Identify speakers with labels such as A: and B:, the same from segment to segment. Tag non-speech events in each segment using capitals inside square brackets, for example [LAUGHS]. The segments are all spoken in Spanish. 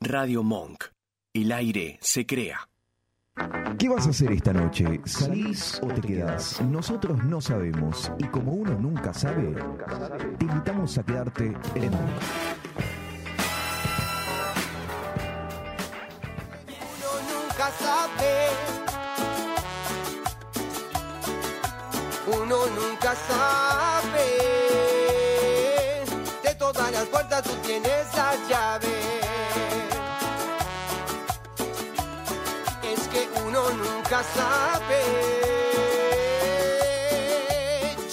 A: Radio Monk. El aire se crea.
B: ¿Qué vas a hacer esta noche? ¿Salís o te quedás? Nosotros no sabemos y como uno nunca sabe, te invitamos a quedarte en Monk.
C: Uno nunca sabe. Uno nunca sabe. De todas las puertas tú tienes la llave. Es que uno nunca sabe.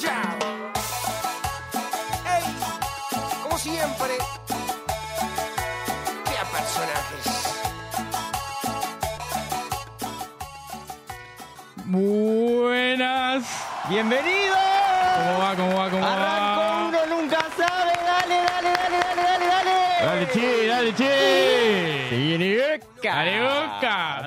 C: Ya. Ey, como siempre. Qué personajes.
D: Buenas.
E: ¡Bienvenido!
D: ¿Cómo va? ¿Cómo va? ¿Cómo
E: Arranco
D: va?
E: uno nunca sabe. Dale, dale, dale, dale, dale, dale.
D: Dale, che, dale, che. Se viene Boca. Dale, Boca.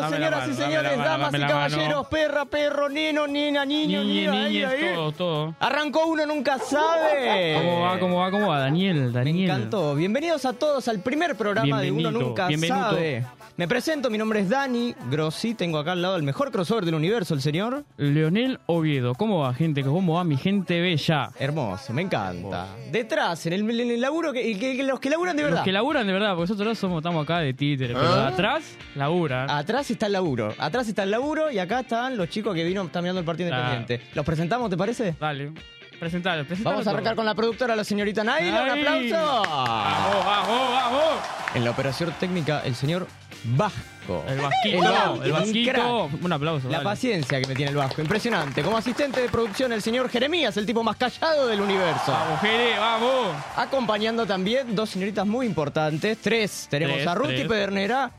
D: Dame la
E: señoras
D: mano, dame
E: y
D: la
E: señores,
D: mano,
E: damas
D: dame
E: y
D: la mano.
E: caballeros, perra, perro, neno, nena, niño,
D: Niñe,
E: niño, ahí,
D: niñes,
E: ahí.
D: todo, todo.
E: Arrancó uno nunca sabe.
D: ¿Cómo va? ¿Cómo va? ¿Cómo va? Daniel, Daniel.
E: Me encantó. Bienvenidos a todos al primer programa de Uno
D: Bienvenido,
E: Nunca
D: bienvenuto.
E: Sabe. Me presento, mi nombre es Dani Grossi. Tengo acá al lado el mejor crossover del universo, el señor.
D: Leonel Oviedo. ¿Cómo va, gente? ¿Cómo va mi gente bella?
E: Hermoso, me encanta. Detrás, en el, en el laburo, que, que- que los que laburan de verdad. ¿Ah?
D: Los que laburan de verdad, porque nosotros somos, estamos acá de títeres, pero atrás laburan.
E: Atrás está el laburo. Atrás está el laburo y acá están los chicos que vino están mirando el partido
D: Claro.
E: independiente. ¿Los presentamos, te parece?
D: Dale, presentalo, presentalo.
E: Vamos a arrancar con la productora, la señorita Naila. ¡Un
D: Ay.
E: aplauso!
D: ¡Vamos, vamos, vamos!
E: En la operación técnica, el señor Vasco.
D: El
E: El
D: vasquito,
E: crack,
D: el
E: un
D: vasquito. Un aplauso.
E: La
D: dale.
E: paciencia que me tiene el Vasco, impresionante. Como asistente de producción, el señor Jeremías, el tipo más callado del universo.
D: Vamos, Jere, vamos.
E: Acompañando también dos señoritas muy importantes, tres. Tenemos
D: Tres,
E: a Ruti
D: tres.
E: Pedernera,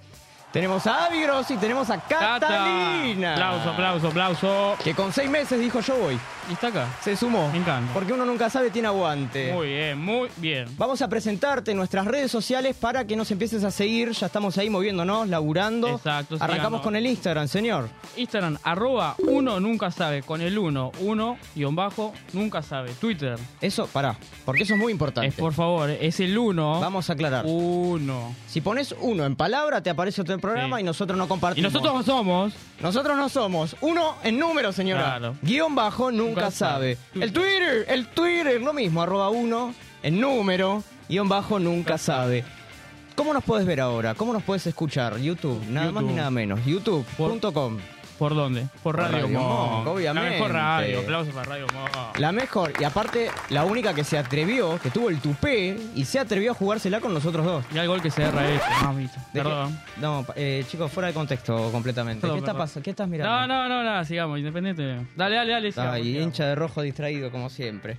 E: tenemos a Abby Grossi, tenemos a
D: Tata.
E: Catalina.
D: Aplauso, aplauso, aplauso.
E: Que con seis meses dijo yo voy.
D: Y está acá.
E: Se sumó.
D: Me encanta.
E: Porque uno nunca sabe, tiene aguante.
D: Muy bien, muy bien.
E: Vamos a presentarte en nuestras redes sociales para que nos empieces a seguir. Ya estamos ahí moviéndonos, laburando.
D: Exacto,
E: Arrancamos
D: síganos.
E: con el Instagram, señor.
D: Instagram, arroba uno nunca sabe, con el uno, uno, guión bajo, nunca sabe. Twitter,
E: Eso, pará, porque eso es muy importante.
D: es por favor, Uh. es el uno.
E: Vamos a aclarar.
D: Uno.
E: Si pones uno en palabra, te aparece otro programa
D: Sí.
E: y nosotros no
D: Y
E: compartimos.
D: nosotros somos.
E: Nosotros no somos. Uno en número, señora.
D: Claro.
E: Guión bajo nunca,
D: Nunca
E: sabe.
D: sabe.
E: El Twitter, el Twitter, lo mismo, arroba uno en número, guión bajo nunca sabe. ¿Cómo nos puedes ver ahora? ¿Cómo nos puedes escuchar? YouTube, nada más ni
D: YouTube.
E: nada menos. YouTube.com.
D: ¿Por dónde? Por Radio,
E: Radio
D: Monk.
E: Monk, obviamente.
D: La mejor radio. Aplausos para Radio Monk.
E: La mejor, y aparte, la única que se atrevió, que tuvo el tupé y se atrevió a jugársela con nosotros dos.
D: Y el gol que se erra este, mamita.
E: ¿De qué-
D: Perdón.
E: No, pa- eh, chicos, fuera de contexto completamente.
D: Perdón,
E: ¿Qué, está
D: perdón.
E: pas- ¿Qué estás
D: No,
E: mirando?
D: no, no, nada, sigamos, independiente. Dale, dale, dale. sigamos,
E: Ay,
D: sigamos.
E: hincha de rojo distraído, como siempre.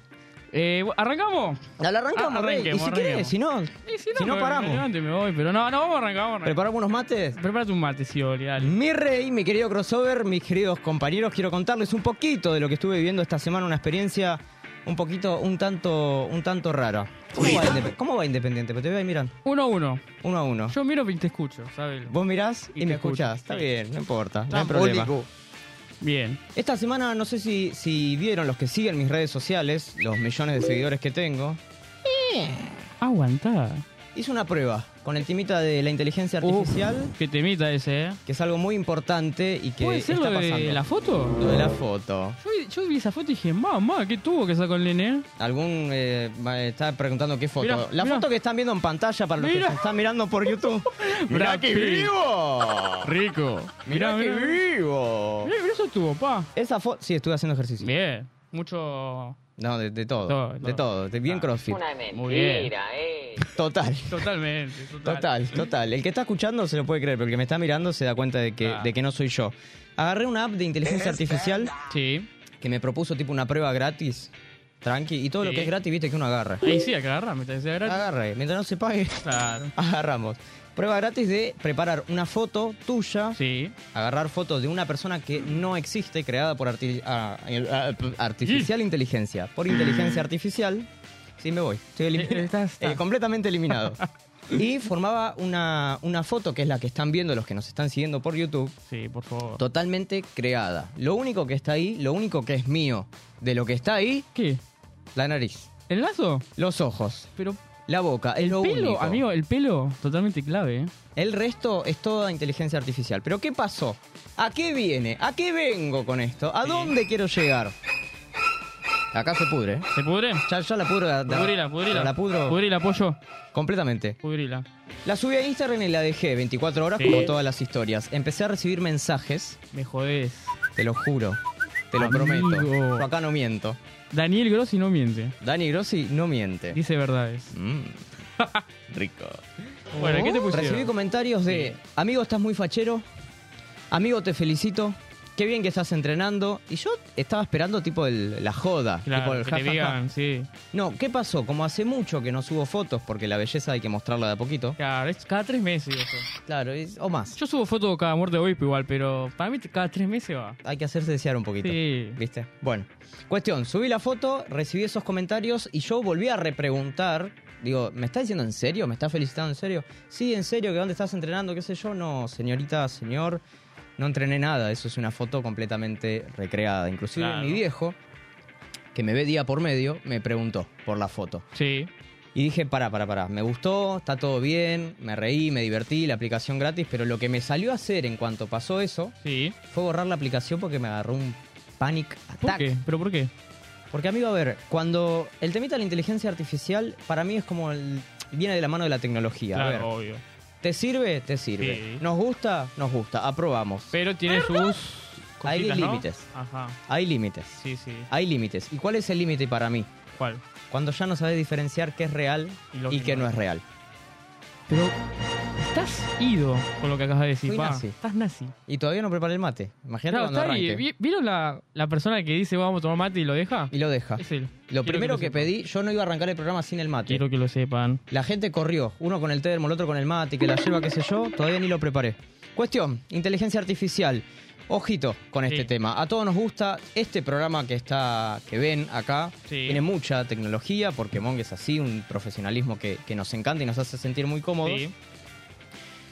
D: Eh, ¿Arrancamos?
E: Al arrancamos,
D: Ah,
E: rey. Y si
D: arranquemos,
E: querés,
D: arranquemos.
E: si no,
D: Y pues,
E: si no, paramos.
D: Me, me voy, pero no, no, vamos a arrancar, vamos a arrancar.
E: Preparamos unos mates.
D: Prepárate un mate, Sioli, dale.
E: Mi rey, mi querido crossover, mis queridos compañeros, quiero contarles un poquito de lo que estuve viviendo esta semana, una experiencia un poquito, un tanto, un tanto rara. ¿Cómo va, Indep- cómo va Independiente? Pero te veo ahí mirando,
D: Uno a uno.
E: uno a uno.
D: Yo miro y te escucho, ¿sabes?
E: Vos mirás y,
D: Y
E: me
D: te escucho,
E: escuchás. Está
D: sí.
E: bien, no importa, no hay
D: Tan
E: problema.
D: Bien.
E: Esta semana, no sé si, si vieron los que siguen mis redes sociales, los millones de seguidores que tengo,
D: Aguantá.
E: hice una prueba con el timita de la inteligencia
D: Uf.
E: artificial,
D: Que Uh, temita ese, ¿eh?
E: que es algo muy importante y que
D: ¿Puede ser
E: está
D: lo de
E: pasando.
D: la foto?
E: Lo de la foto.
D: Yo, vi- yo vi esa foto y dije, mamá, ¿qué tuvo que sacó el nene?
E: Algún eh, va- está preguntando qué foto.
D: Mirá,
E: la
D: mirá.
E: foto que están viendo en pantalla para los
D: Mirá.
E: que se están mirando por
D: [LAUGHS]
E: YouTube.
D: Brad Pitt.
E: vivo!
D: Rico. Mirá,
E: ¡Mirá qué
D: mirá. Mirá,
E: vivo!
D: mirá, eso estuvo, pa.
E: Esa foto. Sí, estuve haciendo ejercicio.
D: Bien. Mucho.
E: No, de, de todo,
D: Todo,
E: De
D: todo.
E: todo. De bien
D: Ah.
E: crossfit.
D: Muy bien.
E: Total.
D: Totalmente. Total.
E: Total, total. El que está escuchando se lo puede creer, pero el que me está mirando se da cuenta de que,
D: Ah.
E: de que no soy yo. Agarré una app de inteligencia artificial
D: Sí.
E: que me propuso tipo una prueba gratis, tranqui, y todo lo
D: Sí.
E: que es gratis, viste que uno agarra.
D: Ahí sí, acá agarra, me decía gratis.
E: Agarra, eh, mientras no se pague, [LAUGHS]
D: Claro.
E: agarramos. Prueba gratis de preparar una foto tuya,
D: Sí.
E: agarrar fotos de una persona que no existe, creada por arti- ah, el- ah, p- artificial inteligencia, por inteligencia artificial. Sí, me voy. Estoy elimi-
D: Mm. Eh, eh, estás-
E: eh,
D: estás. [LAUGHS]
E: completamente eliminado. Y formaba una, una foto, que es la que están viendo los que nos están siguiendo por YouTube,
D: Sí, por favor.
E: totalmente creada. Lo único que está ahí, lo único que es mío de lo que está ahí,
D: ¿Qué?
E: la nariz,
D: ¿El lazo?
E: los ojos,
D: Pero.
E: La boca, es lo
D: pelo,
E: único.
D: amigo, el pelo, totalmente clave. ¿eh?
E: El resto es toda inteligencia artificial. Pero ¿qué pasó? ¿A qué viene? ¿A qué vengo con esto? ¿A dónde quiero llegar? Acá se pudre. ¿eh?
D: ¿Se pudre?
E: Ya, ya la pudro. la- la-
D: Pudrila, pudrila.
E: La pudro
D: Pudrila, pollo.
E: completamente.
D: Pudrila.
E: La subí a Instagram y la dejé 24 horas
D: Sí.
E: como todas las historias. Empecé a recibir mensajes,
D: Me jodés.
E: te lo juro, te lo
D: Amigo.
E: prometo. Yo acá no miento.
D: Daniel Grossi no miente.
E: Dani Grossi no miente.
D: Dice verdades. [LAUGHS]
E: Mm. Rico.
D: Bueno, ¿qué te pusieron?
E: Recibí comentarios de, amigo, estás muy fachero, amigo, te felicito, qué bien que estás entrenando. Y yo estaba esperando tipo el- la joda, tipo
D: Claro,
E: el
D: que
E: ja,
D: te
E: ja, ja.
D: digan, sí.
E: No, ¿qué pasó? Como hace mucho que no subo fotos, porque la belleza hay que mostrarla de a poquito.
D: Claro, es cada tres meses eso.
E: Claro, es- o más.
D: Yo subo fotos cada muerte de obispo igual, pero para mí cada tres meses va.
E: Hay que hacerse desear un poquito.
D: Sí.
E: ¿Viste? Bueno, cuestión, subí la foto, recibí esos comentarios y yo volví a repreguntar. Digo, ¿me está diciendo en serio? ¿Me está felicitando en serio? Sí, en serio, que dónde estás entrenando, qué sé yo. No, señorita, señor, no entrené nada. Eso es una foto completamente recreada. Inclusive
D: Claro.
E: mi viejo, que me ve día por medio, me preguntó por la foto.
D: Sí.
E: Y dije, pará, pará, pará, me gustó, está todo bien, me reí, me divertí, la aplicación gratis, pero lo que me salió a hacer en cuanto pasó eso
D: Sí.
E: fue borrar la aplicación porque me agarró un panic
D: ¿Por
E: attack.
D: qué? ¿Pero por qué?
E: Porque amigo, a ver, cuando el temita de la inteligencia artificial para mí es como el viene de la mano de la tecnología. a ver,
D: Claro, obvio.
E: ¿te sirve? Te sirve.
D: Sí.
E: Nos gusta, nos gusta, aprobamos.
D: Pero tiene sus.
E: Hay
D: cositas, ¿no?
E: límites.
D: Ajá.
E: Hay límites.
D: Sí, sí.
E: Hay límites. ¿Y cuál es el límite para mí?
D: ¿Cuál?
E: Cuando ya no sabes diferenciar qué es real
D: Y lo
E: y
D: que
E: qué
D: no.
E: no es real.
D: Pero estás ido con lo que acabas de decir,
E: Fui
D: pa.
E: nazi.
D: Estás nazi.
E: Y todavía no preparé el mate. Imagínate
D: Claro,
E: cuando
D: está ahí.
E: arranque.
D: Vi- ¿Vieron la, la persona que dice vamos a tomar mate y lo deja?
E: Y lo deja.
D: Es él. Quiero
E: Lo primero que,
D: sepan.
E: pedí, yo no iba a arrancar el programa sin el mate.
D: Quiero que lo sepan.
E: La gente corrió, uno con el termo, el otro con el mate, que la lleva, qué sé yo, todavía ni lo preparé. Cuestión, inteligencia artificial. Ojito con este
D: Sí.
E: tema. A todos nos gusta este programa que está que ven acá.
D: Sí.
E: Tiene mucha tecnología porque Monk es así, un profesionalismo que, que nos encanta y nos hace sentir muy cómodos.
D: Sí.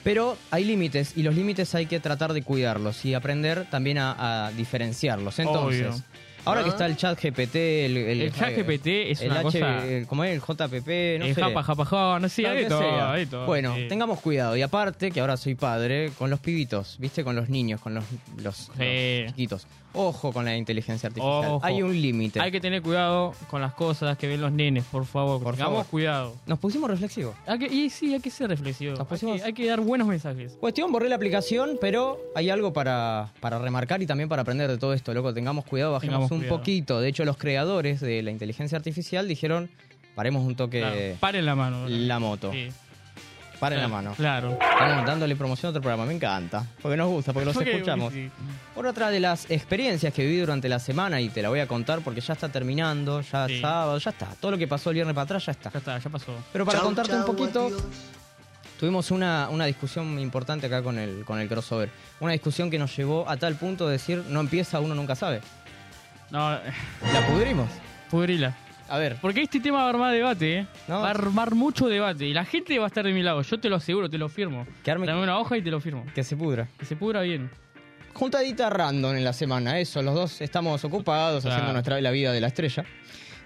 E: Pero hay límites y los límites hay que tratar de cuidarlos y aprender también a, a diferenciarlos. Entonces,
D: Obvio. Ah.
E: ahora que está el chat GPT, el, eh,
D: El ChatGPT es
E: el
D: una
E: H-
D: cosa-
E: el- ¿cómo es? El JPP, no
D: Eh,
E: sé.
D: japa, japa, japa, no sé,
E: Lo
D: hay
E: que
D: todo,
E: sea.
D: hay todo, Eh,
E: Bueno,
D: sí.
E: tengamos cuidado. Y aparte, que ahora soy padre, con los pibitos, ¿viste? Con los niños, con los, los,
D: Sí.
E: los chiquitos. Ojo con la inteligencia artificial.
D: Ojo.
E: Hay un límite.
D: Hay que tener cuidado con las cosas que ven los nenes, por favor.
E: Por
D: Tengamos
E: favor.
D: cuidado.
E: Nos pusimos reflexivos.
D: Hay que- y sí, hay que ser reflexivo.
E: Nos
D: Hay
E: pusimos-
D: que, hay que dar buenos mensajes.
E: Cuestión, borré la aplicación, pero hay algo para, para remarcar y también para aprender de todo esto, loco. Tengamos cuidado, bajemos
D: Tengamos
E: un
D: cuidado.
E: poquito. De hecho, los creadores de la inteligencia artificial dijeron, paremos un toque
D: Claro, paren la mano.
E: la moto.
D: Sí,
E: Paren
D: claro,
E: la mano.
D: Claro.
E: Estamos dándole promoción a otro programa, me encanta. Porque nos gusta, porque los
D: [LAUGHS] Ok,
E: escuchamos.
D: sí.
E: Por otra de las experiencias que viví durante la semana, y te la voy a contar porque ya está terminando, ya es
D: Sí.
E: sábado, ya está. Todo lo que pasó el viernes para atrás ya está.
D: Ya está, ya pasó.
E: Pero para
C: Chau,
E: contarte un
C: chau,
E: poquito,
C: adiós.
E: tuvimos una, una discusión importante acá con el, con el crossover. Una discusión que nos llevó a tal punto de decir, no empieza, uno nunca sabe.
D: No, [LAUGHS]
E: La pudrimos.
D: pudrila.
E: A ver,
D: Porque este tema va a armar debate, ¿eh?
E: No.
D: Va a armar mucho debate. Y la gente va a estar de mi lado. Yo te lo aseguro, te lo firmo.
E: Que arme-
D: Dame una hoja y te lo firmo.
E: que se pudra.
D: Que se pudra bien.
E: Juntadita random en la semana, eso. Los dos estamos ocupados
D: Claro.
E: haciendo nuestra la vida de la estrella.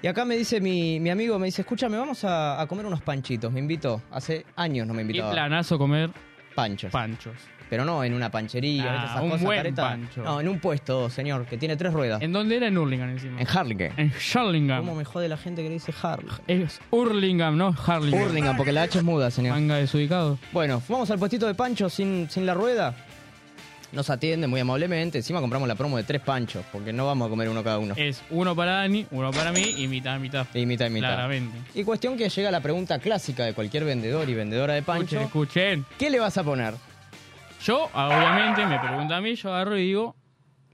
E: Y acá me dice mi, mi amigo, me dice, escúchame, vamos a, a comer unos panchitos. Me invitó. Hace años no me
D: Qué
E: invitaba.
D: planazo comer
E: Panchos.
D: panchos.
E: Pero no en una panchería,
D: Ah,
E: ¿viste? esas
D: un
E: cosas,
D: buen
E: careta.
D: pancho.
E: No, en un puesto, señor, que tiene tres ruedas. En,
D: ¿En dónde era? En Hurlingham encima.
E: Harlingen.
D: En Hurlingham.
E: Ah. ¿Cómo me jode la gente que le dice Harlingen?
D: Es Hurlingham, no Hurlingham.
E: Hurlingham, porque la H es muda, señor.
D: Manga desubicado.
E: Bueno, vamos al puestito de pancho sin, sin la rueda. Nos atiende muy amablemente. Encima compramos la promo de tres panchos, porque no vamos a comer uno cada uno.
D: Es uno para Dani, uno para mí y mitad, mitad.
E: Ah. Y mitad y mitad.
D: Claramente.
E: Y cuestión que llega la pregunta clásica de cualquier vendedor y vendedora de pancho.
D: Escuchen, escuchen.
E: ¿Qué le vas a poner?
D: Yo, ah, obviamente, me pregunta a mí, yo agarro y digo,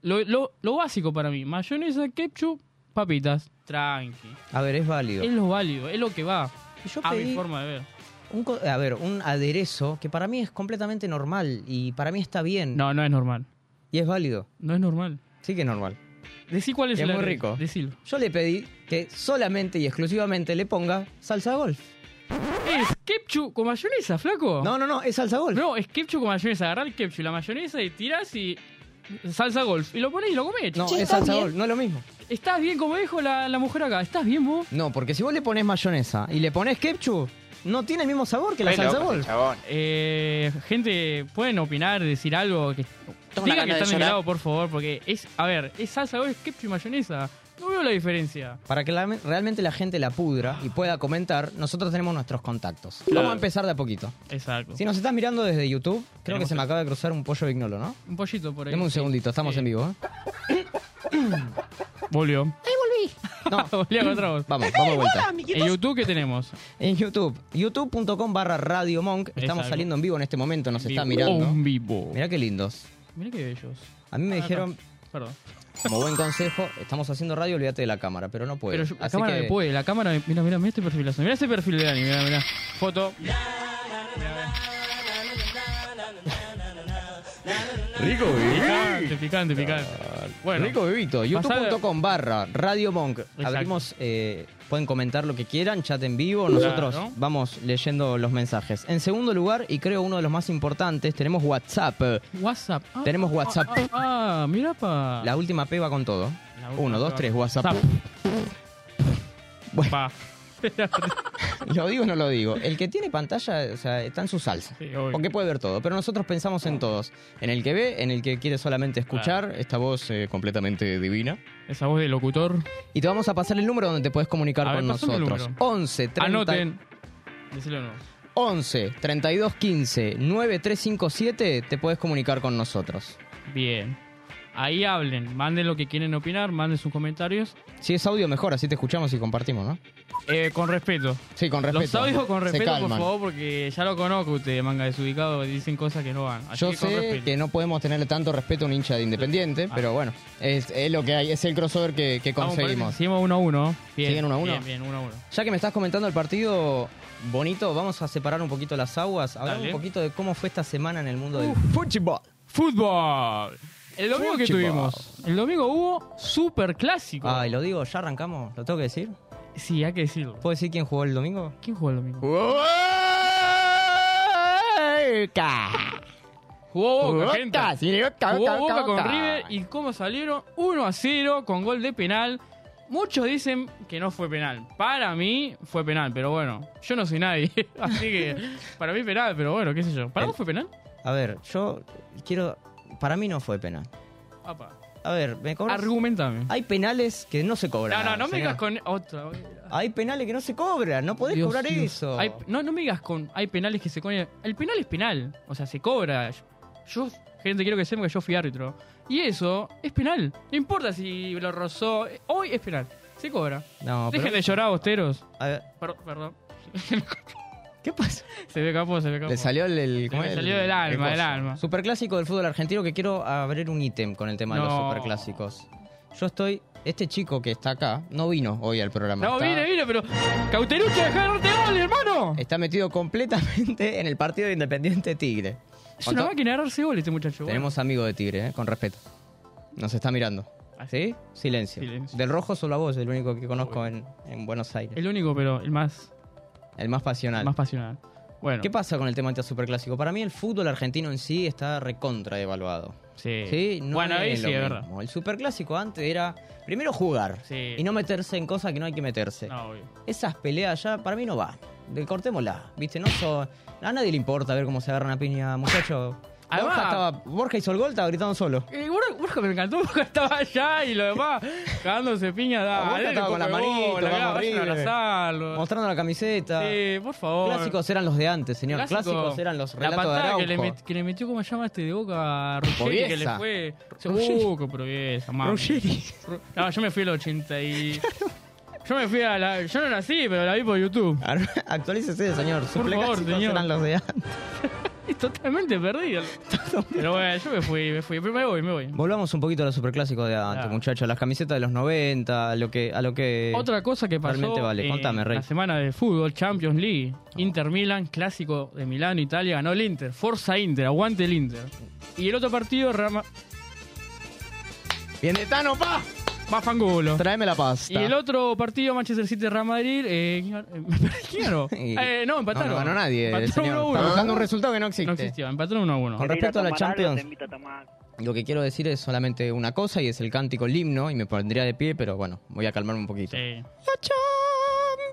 D: lo, lo- lo básico para mí, mayonesa, ketchup, papitas, tranqui.
E: A ver, es válido.
D: Es lo válido, es lo que va.
E: Y yo
D: A mi
E: pedí-
D: forma de ver.
E: Un co- a ver, un aderezo que para mí es completamente normal y para mí está bien
D: No, no es normal.
E: y es válido.
D: No es normal.
E: Sí que es normal.
D: Decí cuál es
E: Es
D: el
E: muy
D: aderezo,
E: rico.
D: Decilo.
E: Yo le pedí que solamente y exclusivamente le ponga salsa golf.
D: Es ketchup con mayonesa, flaco.
E: No, no, no, es salsa golf.
D: No, es ketchup con mayonesa. Agarrá el ketchup y la mayonesa y tirás y salsa golf. Y lo ponés y lo comés.
E: No, es salsa golf, no es lo mismo.
D: ¿Estás bien como dijo la, la mujer acá? ¿Estás bien vos?
E: No, porque si vos le pones mayonesa y le pones ketchup, no tiene el mismo sabor que la
F: Fue
E: salsa
F: loco,
E: golf.
F: chabón.
D: Eh, gente, pueden opinar, decir algo. Que,
F: Tengo
D: digan
F: una
D: que
F: gana de
D: están de mi
F: llorar.
D: lado, por favor, porque es, a ver, es salsa o es ketchup y mayonesa. No veo la diferencia.
E: Para que la- realmente la gente la pudra y pueda comentar, nosotros tenemos nuestros contactos. Vamos a empezar de a poquito.
D: Exacto.
E: Si nos estás mirando desde YouTube, creo que
D: Tenemos
E: se me
D: que-
E: acaba de cruzar un pollo vignolo, ¿no?
D: Un pollito por ahí.
E: Deme un
D: Sí.
E: segundito, estamos
D: Sí.
E: en vivo. ¿eh?
D: Volvió. [LAUGHS]
E: No,
D: Volvió con otra voz.
E: vamos, vamos de vuelta.
D: En YouTube, ¿qué tenemos?
E: En YouTube, youtube.com barra Radio Monk. Estamos
D: Exacto.
E: saliendo en vivo en este momento, nos está
D: Vivo.
E: mirando.
D: Un vivo.
E: Mirá qué lindos.
D: Mirá qué bellos.
E: A mí me
D: Ah,
E: dijeron,
D: no. Perdón.
E: como buen consejo, estamos haciendo radio, olvídate de la cámara, pero no puedo.
D: Pero yo- la
E: Así
D: cámara
E: que-
D: me puede, la cámara me- Mira, mira, mira este perfilazo. Mira ese perfil de Dani, mira, mira. Foto.
E: Rico, ¿eh?
D: Picante, picante, picante. Bueno.
E: Rico bebito,
D: Pasá-
E: youtube.com barra Radio Monk.
D: Exacto.
E: Abrimos, eh, pueden comentar lo que quieran, chat en vivo, nosotros
D: Claro.
E: vamos leyendo los mensajes. En segundo lugar, y creo uno de los más importantes, tenemos WhatsApp.
D: WhatsApp. Ah,
E: Tenemos
D: ah,
E: WhatsApp.
D: Ah, ah, mira pa.
E: La última P va con todo.
D: La última
E: Uno, dos,
D: P va
E: tres,
D: con-
E: WhatsApp.
D: Zap.
E: Bueno.
D: Pa.
E: [LAUGHS]
D: [LAUGHS]
E: ¿Lo digo o no lo digo? El que tiene pantalla, o sea, está en su salsa.
D: Sí, obvio.
E: Porque puede ver todo, pero nosotros pensamos en todos. En el que ve, en el que quiere solamente escuchar esta voz eh, completamente divina.
D: Esa voz de locutor.
E: Y te vamos a pasar el número donde te puedes comunicar
D: A ver,
E: con
D: pasame el
E: nosotros.
D: número.
E: 11 30,
D: Anoten. Decilo no.
E: 11 32 15 9357 te puedes comunicar con nosotros.
D: Bien. Ahí hablen, manden lo que quieren opinar, manden sus comentarios.
E: Si es audio mejor, así te escuchamos y compartimos, ¿no?
D: Eh, con respeto.
E: Sí, con respeto.
D: Los audios con
E: Se
D: respeto, por
E: calman.
D: favor, porque ya lo conozco ustedes, manga desubicado, dicen cosas que no van. Así
E: Yo
D: que con
E: sé
D: respeto.
E: que no podemos tenerle tanto respeto a un hincha de Independiente,
D: Ah.
E: pero bueno, es, es lo que hay, es el crossover que, que
D: Vamos,
E: conseguimos.
D: parece que Seguimos 1 a 1. Bien,
E: ¿Siguen uno a uno?
D: Bien, bien, 1 a 1.
E: Ya que me estás comentando el partido bonito, vamos a separar un poquito las aguas, hablar un
D: Dale.
E: poquito de cómo fue esta semana en el mundo del fútbol.
D: Fútbol. El domingo que
E: Fútbol.
D: tuvimos. El domingo hubo super clásico.
E: Ay, lo digo, ya arrancamos, lo tengo que decir.
D: Sí, hay que decirlo.
E: ¿Puedo decir quién jugó el domingo?
D: ¿Quién jugó el domingo? Jugó Boca, gente. Jugó Boca con River y cómo salieron 1 a 0 con gol de penal. Muchos dicen que no fue penal. Para mí fue penal, pero bueno, yo no soy nadie. [LAUGHS] Así que para mí penal, pero bueno, qué sé yo. ¿Para
E: El-
D: vos fue penal?
E: A ver, yo quiero. Para mí no fue penal.
D: Apa.
E: A ver, me cobras.
D: Argumentame.
E: Hay penales que no se
D: No,
E: cobran.
D: no, no me
E: señor.
D: digas con otra.
E: Hay penales que no se cobran, no podés
D: Dios,
E: cobrar
D: Dios.
E: eso.
D: Hay- no, no me digas con. Hay penales que se cobran. El penal es penal. O sea, se cobra. Yo, gente, quiero que sepan que yo fui árbitro. Y eso es penal. No importa si lo rozó. Hoy es penal. Se cobra.
E: No, pero-
D: Dejen de llorar, bosteros.
E: A ver,
D: Per- perdón.
E: ¿qué pasa?
D: Se ve capo, se ve capo.
E: Le salió el. el-
D: Le salió del alma,
E: coso.
D: del alma.
E: Superclásico del fútbol argentino que quiero abrir un ítem con el tema de los
D: No.
E: superclásicos. Yo estoy. Este chico que está acá no vino hoy al programa.
D: No,
E: está,
D: viene, viene, pero. Cauterucha, dejá de darte gol, hermano.
E: está metido completamente [LAUGHS] en el partido de Independiente Tigre.
D: Es una
E: Otto-
D: máquina de darse gol este muchacho. bueno.
E: Tenemos amigo de Tigre, ¿eh? con respeto. Nos está mirando. ¿Sí? Silencio.
D: Silencio.
E: Del rojo solo a vos, el único que conozco en, en Buenos Aires. El,
D: El único, pero el más,
E: más pasional.
D: más pasional. Bueno.
E: ¿Qué pasa con el tema anti superclásico? Para mí el fútbol argentino en sí está recontra evaluado.
D: Sí.
E: Sí, no
D: bueno, ahí
E: es
D: sí,
E: lo
D: es
E: mismo.
D: verdad.
E: El superclásico antes era primero jugar
D: Sí.
E: y no meterse en cosas que no hay que meterse.
D: No, obvio.
E: Esas peleas ya para mí no va. De- Cortémosla, ¿viste? No so- a nadie le importa ver cómo se agarran a piña, muchacho.
D: [LAUGHS] Además-
E: Borja, estaba, Borja hizo el gol, estaba gritando solo.
D: Eh, Borja- Borja me encantó [LAUGHS] porque estaba allá y lo demás cagándose piña. Da,
E: Borja estaba con la manito, vamos, River.
D: abrazarlo.
E: Mostrando la camiseta.
D: Sí, por favor.
E: Clásicos eran los de antes, señor.
D: Clásico.
E: Clásicos eran los
D: La
E: relatos de
D: patada que le,
E: Araujo.
D: met- que le metió, ¿cómo se llama este de boca? a Ruggeri, que le
E: Pobiesa.
D: fue.
E: Ruggeri.
D: Uh, qué proviesa, mami.
E: Ruggeri.
D: Ru- No, yo me fui al 80 y. [LAUGHS] Yo me fui a la. Yo no nací, pero la vi por YouTube. [LAUGHS]
E: Ar- [LAUGHS] Actualícese, señor. Sus
D: Por favor,
E: clásicos
D: señor.
E: eran los de antes.
D: Y totalmente perdido. Pero bueno, yo me fui, me fui. Pero me voy, me voy.
E: Volvamos un poquito a los superclásicos de antes,
D: Ah.
E: muchachos. Las camisetas de los 90, a lo que, a lo que...
D: Otra cosa que pasó eh,
E: realmente vale. Contame, Rey.
D: la semana de fútbol, Champions League, Inter Milan, clásico de Milano, Italia, ganó el Inter, Forza Inter, aguante el Inter. Y el otro partido, Rama,
E: Bien de Tano, pa.
D: más fangulo.
E: Tráeme la pasta.
D: Y el otro partido, Manchester City, Real Madrid, eh, [LAUGHS] ¿quién ganó? ¿quién ganó?
E: [LAUGHS] [LAUGHS] Y-
D: Eh, no, empataron.
E: No, no ganó nadie, el
D: Empataron
E: señor.
D: 1
E: Está buscando
D: 1.
E: un resultado que no existe.
D: No existió, empataron 1 1.
E: Con
G: Querés ir
E: respecto a la
G: tomar algo,
E: Champions-
G: te invito a tomar.
E: Lo que quiero decir es solamente una cosa y es el cántico, el himno, y me pondría de pie, pero bueno, voy a calmarme un poquito.
D: Sí.
E: La Champions.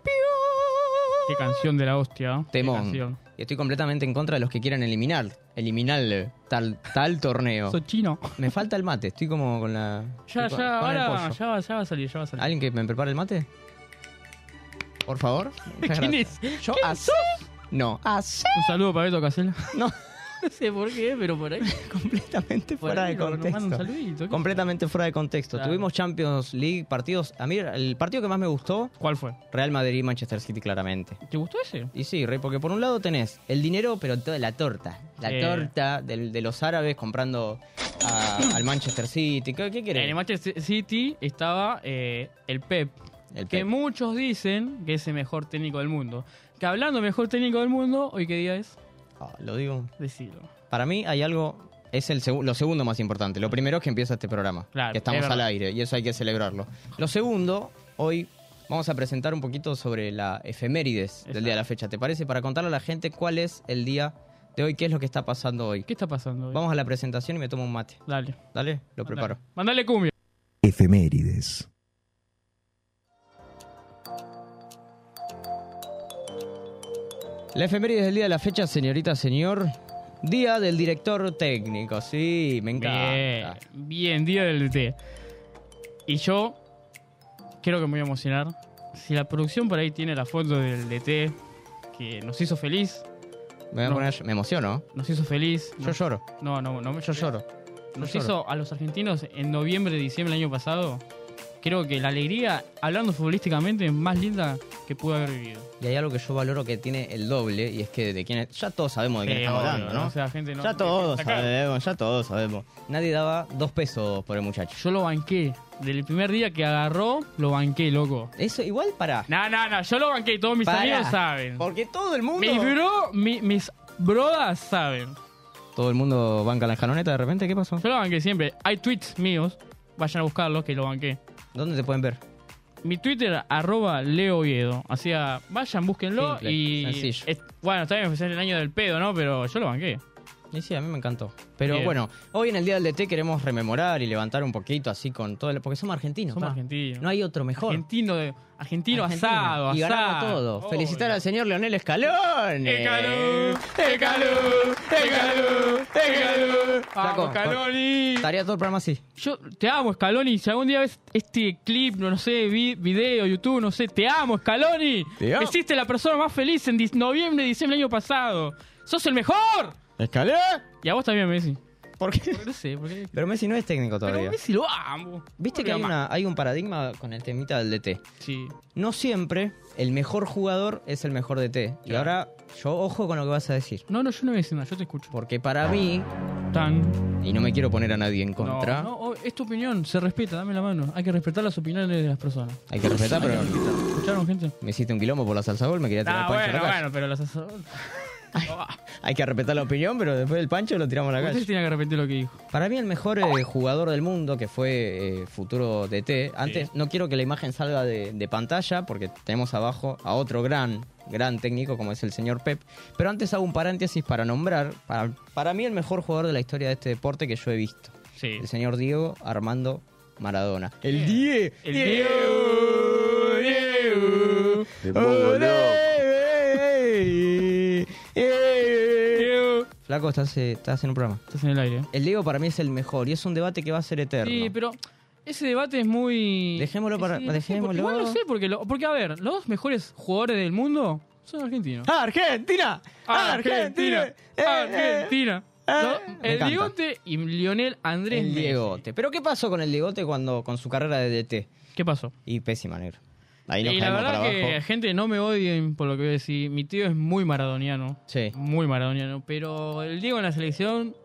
D: Eh, Qué canción de la hostia. ¿no? Qué
E: Temón.
D: canción.
E: Y estoy completamente en contra de los que quieran eliminar, eliminar eh, tal, tal torneo.
D: Sos chino.
E: Me falta el mate, estoy como con la.
D: Ya,
E: estoy con-
D: ya,
E: con el
D: ahora,
E: pollo.
D: ya va, ya va a salir, ya va a [LAUGHS] salir.
E: ¿Alguien que me prepare el mate?
D: [LAUGHS]
E: Por favor. Muchas
D: ¿Quién
E: gracias.
D: es?
E: ¿Yo? ¿Así? No. ¿Así?
D: Un saludo para Beto Casella.
E: [LAUGHS] No,
D: No sé por qué, pero por ahí.
E: completamente
D: Por
E: fuera
D: ahí
E: de
D: lo- nos manda un
E: contexto.
D: saludito, ¿qué?
E: Completamente fuera de contexto.
D: Claro.
E: Tuvimos Champions League, partidos. A mí, el partido que más me gustó,
D: ¿Cuál fue?
E: Real Madrid, Manchester City, claramente.
D: ¿Te gustó ese?
E: Y sí, Rey, porque por un lado tenés el dinero, pero toda la torta. La
D: Sí.
E: torta del- de los árabes comprando a- al Manchester City. ¿Qué, qué querés?
D: En el Manchester City estaba eh, el Pep,
E: El
D: que
E: Pep.
D: muchos dicen que es el mejor técnico del mundo. Que hablando mejor técnico del mundo, hoy qué día es,
E: Ah, lo digo.
D: decilo.
E: Para mí hay algo. Es el segu- lo segundo más importante. Lo primero es que empieza este programa.
D: Claro,
E: que
D: es
E: estamos
D: verdad.
E: al aire y eso hay que celebrarlo. Lo segundo, hoy vamos a presentar un poquito sobre la efemérides
D: Exacto.
E: del día de la fecha. ¿Te parece? Para contarle a la gente cuál es el día de hoy, qué es lo que está pasando hoy.
D: ¿Qué está pasando hoy?
E: Vamos a la presentación y me tomo un mate.
D: Dale.
E: Dale, lo
D: mandale.
E: preparo.
D: Mandale cumbia.
B: Efemérides.
E: La efeméride del día de la fecha, señorita, señor. Día del director técnico. Sí, me encanta.
D: Bien, bien, día del DT. Y yo creo que me voy a emocionar. Si la producción por ahí tiene la foto del DT que nos hizo feliz,
E: Me, voy a
D: No.
E: poner- me emociono.
D: nos hizo feliz.
E: Yo lloro.
D: No, no, no,
E: Yo lloro. yo
D: Nos
E: lloro.
D: hizo a los argentinos en noviembre, diciembre del año pasado. Creo que la alegría, hablando futbolísticamente, es más linda que pude haber vivido.
E: Y hay algo que yo valoro que tiene el doble y es que de quién es- ya todos sabemos de quién
D: Eh,
E: estamos
D: obvio,
E: hablando, ¿no?
D: O sea, la gente no-
E: ya todos
D: Acá,
E: sabemos, ya todos sabemos. Nadie daba dos pesos por el muchacho.
D: Yo lo banqué. Del primer día que agarró, lo banqué, loco.
E: Eso igual para.
D: No, no, no, yo lo banqué y todos mis
E: Pará.
D: amigos saben.
E: Porque todo el mundo.
D: Mis bro, mi- mis brodas saben.
E: Todo el mundo banca la escaloneta de repente, ¿qué pasó?
D: Yo lo banqué siempre. Hay tweets míos, vayan a buscarlos que lo banqué.
E: ¿Dónde te pueden ver?
D: Mi Twitter, arroba Leo Oviedo. Así a- vayan, búsquenlo
E: Simple,
D: y...
E: sencillo.
D: es- bueno, está bien, pues es el año del pedo, ¿no? Pero yo lo banqué.
E: Y sí, a mí me encantó. Pero
D: Bien.
E: bueno, hoy en el Día del DT queremos rememorar y levantar un poquito así con todo el... Porque somos argentinos.
D: Somos
E: pa.
D: argentinos.
E: No hay otro mejor.
D: Argentino, de, argentino,
E: Argentina.
D: asado,
E: Y ganamos
D: asado.
E: todo.
D: Obvio.
E: Felicitar al señor Leonel Escalone.
D: ¡El calor! ¡El calor! ¡El calor! ¡El calor!
E: Flaco,
D: ¡Vamos, Ah, Scaloni!
E: Estaría todo el programa así.
D: Yo te amo, Scaloni. Si algún día ves este clip, no, no sé, vi- video, YouTube, no sé, te amo, Scaloni.
E: Te amo.
D: Hiciste la persona más feliz en dis- noviembre, diciembre del año pasado. ¡Sos el mejor!
E: ¿Escalé?
D: Y a vos también, Messi.
E: ¿Por qué?
D: No sé, porque...
E: Pero Messi no es técnico
D: Pero
E: todavía.
D: Messi lo amo.
E: Viste
D: Lo
E: que hay,
D: amo.
E: una- hay un paradigma con el temita del DT.
D: Sí.
E: No siempre el mejor jugador es el mejor DT. Y ahora, yo ojo con lo que vas a decir.
D: No, no, yo no voy a decir nada, yo te escucho.
E: Porque para mí,
D: Tan...
E: y no me quiero poner a nadie en contra,
D: No, no, o- es tu opinión, se respeta, dame la mano. Hay que respetar las opiniones de las personas.
E: hay que respetar, pero
D: ¿Escucharon, gente?
E: me hiciste un quilombo por la salsa gol, me quería tirar
D: Ah,
E: el pancho a
D: bueno,
E: la calle.
D: bueno, pero las
E: Hay que respetar la opinión, pero después del pancho lo tiramos a la
D: Usted
E: calle.
D: tiene que repetir lo que dijo.
E: Para mí el mejor eh, jugador del mundo, que fue eh, futuro DT, antes no quiero que la imagen salga de, de pantalla, porque tenemos abajo a otro gran, gran técnico como es el señor Pep, pero antes hago un paréntesis para nombrar, para, para mí el mejor jugador de la historia de este deporte que yo he visto,
D: Sí.
E: el señor Diego Armando Maradona. El 10.
D: El Diego, Diego, Diego.
E: Flaco, estás, eh, estás en un programa.
D: Estás en el aire.
E: El Diego para mí es el mejor y es un debate que va a ser eterno.
D: Sí, pero ese debate es muy.
E: Dejémoslo para-
D: no sé, porque-
E: dejémoslo.
D: Igual no sé, porque, lo- porque a ver, los dos mejores jugadores del mundo son argentinos.
E: ¡Argentina!
D: Argentina, Argentina. ¿No?
E: Eh, Ah, Me
D: El
E: encanta.
D: Diegote y Lionel Andrés
E: Eh, El
D: Messi.
E: Diegote. ¿Pero qué pasó con el Diegote cuando, con su carrera de DT?
D: ¿Qué pasó?
E: Y pésima, negro. Ahí nos
D: Y la
E: caemos
D: verdad
E: para
D: que,
E: abajo.
D: gente, no me odien por lo que voy a decir. Mi tío es muy maradoniano.
E: Sí.
D: Muy maradoniano. Pero el Diego en la selección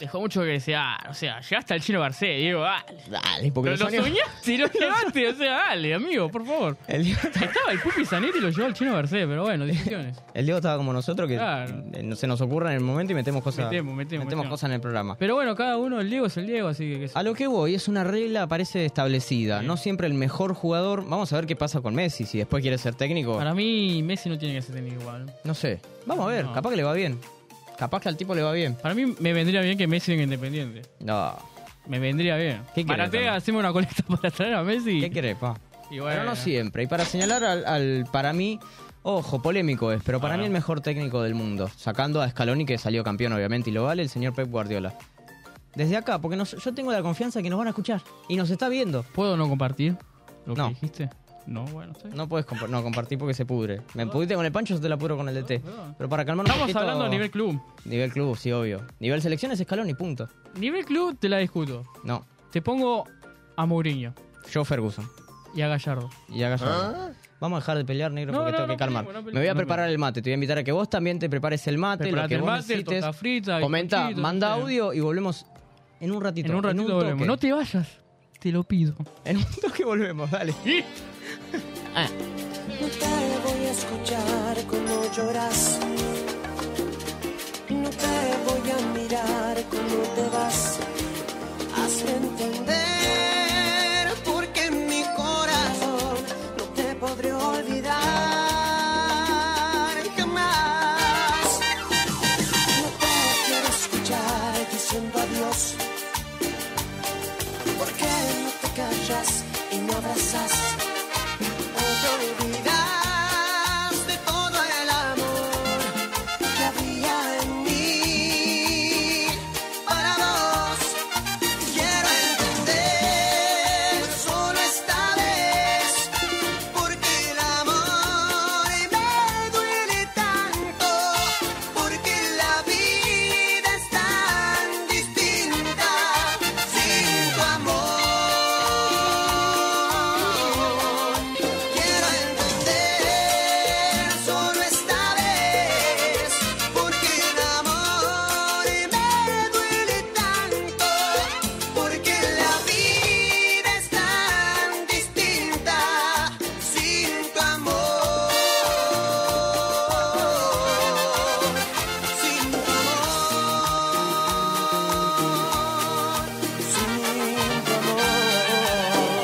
D: dejó mucho que desear. O sea, llegaste al chino Garcés, Diego, dale.
E: Dale, porque
D: Pero
E: lo
D: lo
E: soñó.
D: soñaste,
E: [LAUGHS]
D: lo llevaste. O sea, dale, amigo, por favor.
E: El Diego,
D: Estaba el Pupi Zanetti y lo llevó al chino Garcés, pero bueno, discusiones.
E: el Diego estaba como nosotros que
D: Claro.
E: eh, no se nos ocurra en el momento y metemos cosas,
D: Metemos, metemos, metemos.
E: cosas en el programa.
D: Pero bueno, cada uno, el Diego es el Diego, así que. qué sé
E: A lo que voy, es una regla, parece establecida. No siempre el mejor jugador. Vamos a ver qué pasa con Messi. Si después quiere ser técnico,
D: Para mí, Messi no tiene que ser técnico igual.
E: no sé. Vamos a ver,
D: No.
E: capaz que le va bien. Capaz que al tipo le va bien.
D: Para mí, me vendría bien que Messi venga independiente.
E: No.
D: Me vendría bien.
E: ¿Qué querés,
D: Maratea,
E: Tano?
D: hacemos una colecta [LAUGHS] para traer a Messi.
E: ¿Qué querés, pa?
D: Y
E: Pero
D: bueno,
E: no siempre. Y para señalar al, al- para mí, Ojo, polémico es, pero para
D: Ah.
E: mí el mejor técnico del mundo. Sacando a Scaloni, que salió campeón, obviamente, y lo vale el señor Pep Guardiola. Desde acá, porque nos- yo tengo la confianza que nos van a escuchar y nos está viendo.
D: ¿Puedo no compartir lo
E: No.
D: que dijiste? No, bueno, está bien.
E: No puedes compa- no, compartir porque se pudre. Me pudiste con el pancho, yo te la pudro con el DT.
D: Ah, perdón.
E: Pero para calmar un
D: Estamos
E: poquito-
D: hablando a nivel club.
E: Nivel club, sí, obvio. Nivel selección es Scaloni, punto.
D: Nivel club te la discuto.
E: No,
D: Te pongo a Mourinho
E: yo Ferguson.
D: y a Gallardo.
E: Y hagas algo. Vamos a dejar de pelear, negro,
D: No,
E: porque
D: no,
E: tengo
D: no
E: que calmar.
D: peleemos, no
E: Me voy a
D: peleemos, no
E: preparar el mate. Te voy a invitar a que vos también te prepares el mate,
D: Preparate
E: lo
D: el
E: que vos
D: mate, el
E: necesites.
D: torta frita, el
E: Comenta,
D: bizcochito,
E: manda
D: no sé.
E: audio y volvemos en un ratito.
D: En un ratito
E: toque.
D: volvemos. No te vayas, te lo pido.
E: [LAUGHS] En un toque volvemos, dale.
F: te voy a escuchar como lloras. No te voy a mirar como te vas. Hazme entender porque en mi corazón no te podré olvidar jamás. No te quiero escuchar diciendo adiós. Porque no te callas y no abrazas? No te olvidas de todo el amor que había en mí para vos. Quiero entender solo esta vez porque el amor me duele tanto, porque la vida es tan distinta sin tu amor. Quiero entender solo esta vez, porque el amor me duele tanto, porque la vida es tan distinta sin tu amor, sin tu amor, sin tu amor.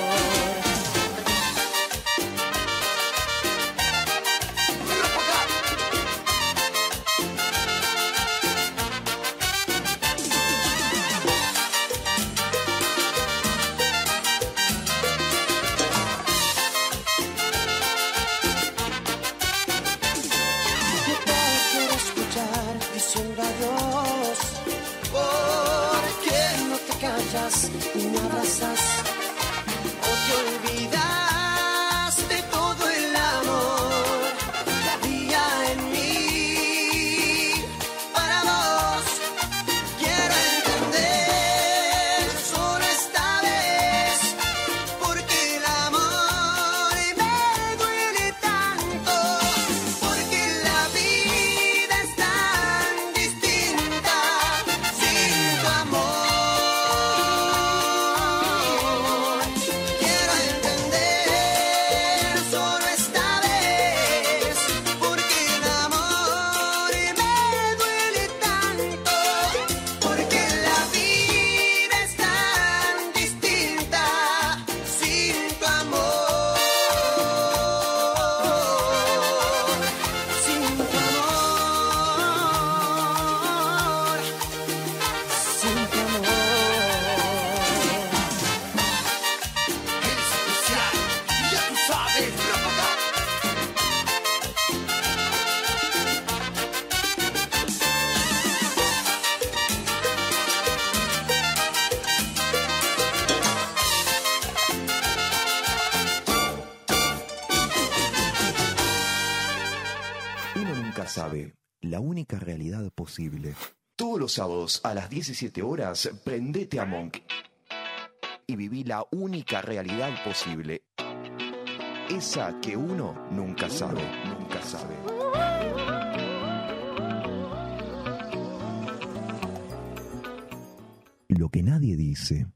F: No te quiero escuchar diciendo adiós. ¿Por qué no te callas y me abrazas? ¿O te olvidas de todo el amor que había en mí para vos? Quiero entender solo esta vez, porque el amor me duele tanto, porque la vida es tan distinta sin tu amor. Quiero entender solo esta vez, porque el amor me duele tanto, porque la vida es tan distinta sin tu amor, sin tu amor, sin tu amor.
B: Uno nunca sabe la única realidad posible. Todos los sábados a las 17 horas, prendete a Monk y viví la única realidad posible. Esa que uno nunca sabe, nunca sabe. Lo que nadie dice.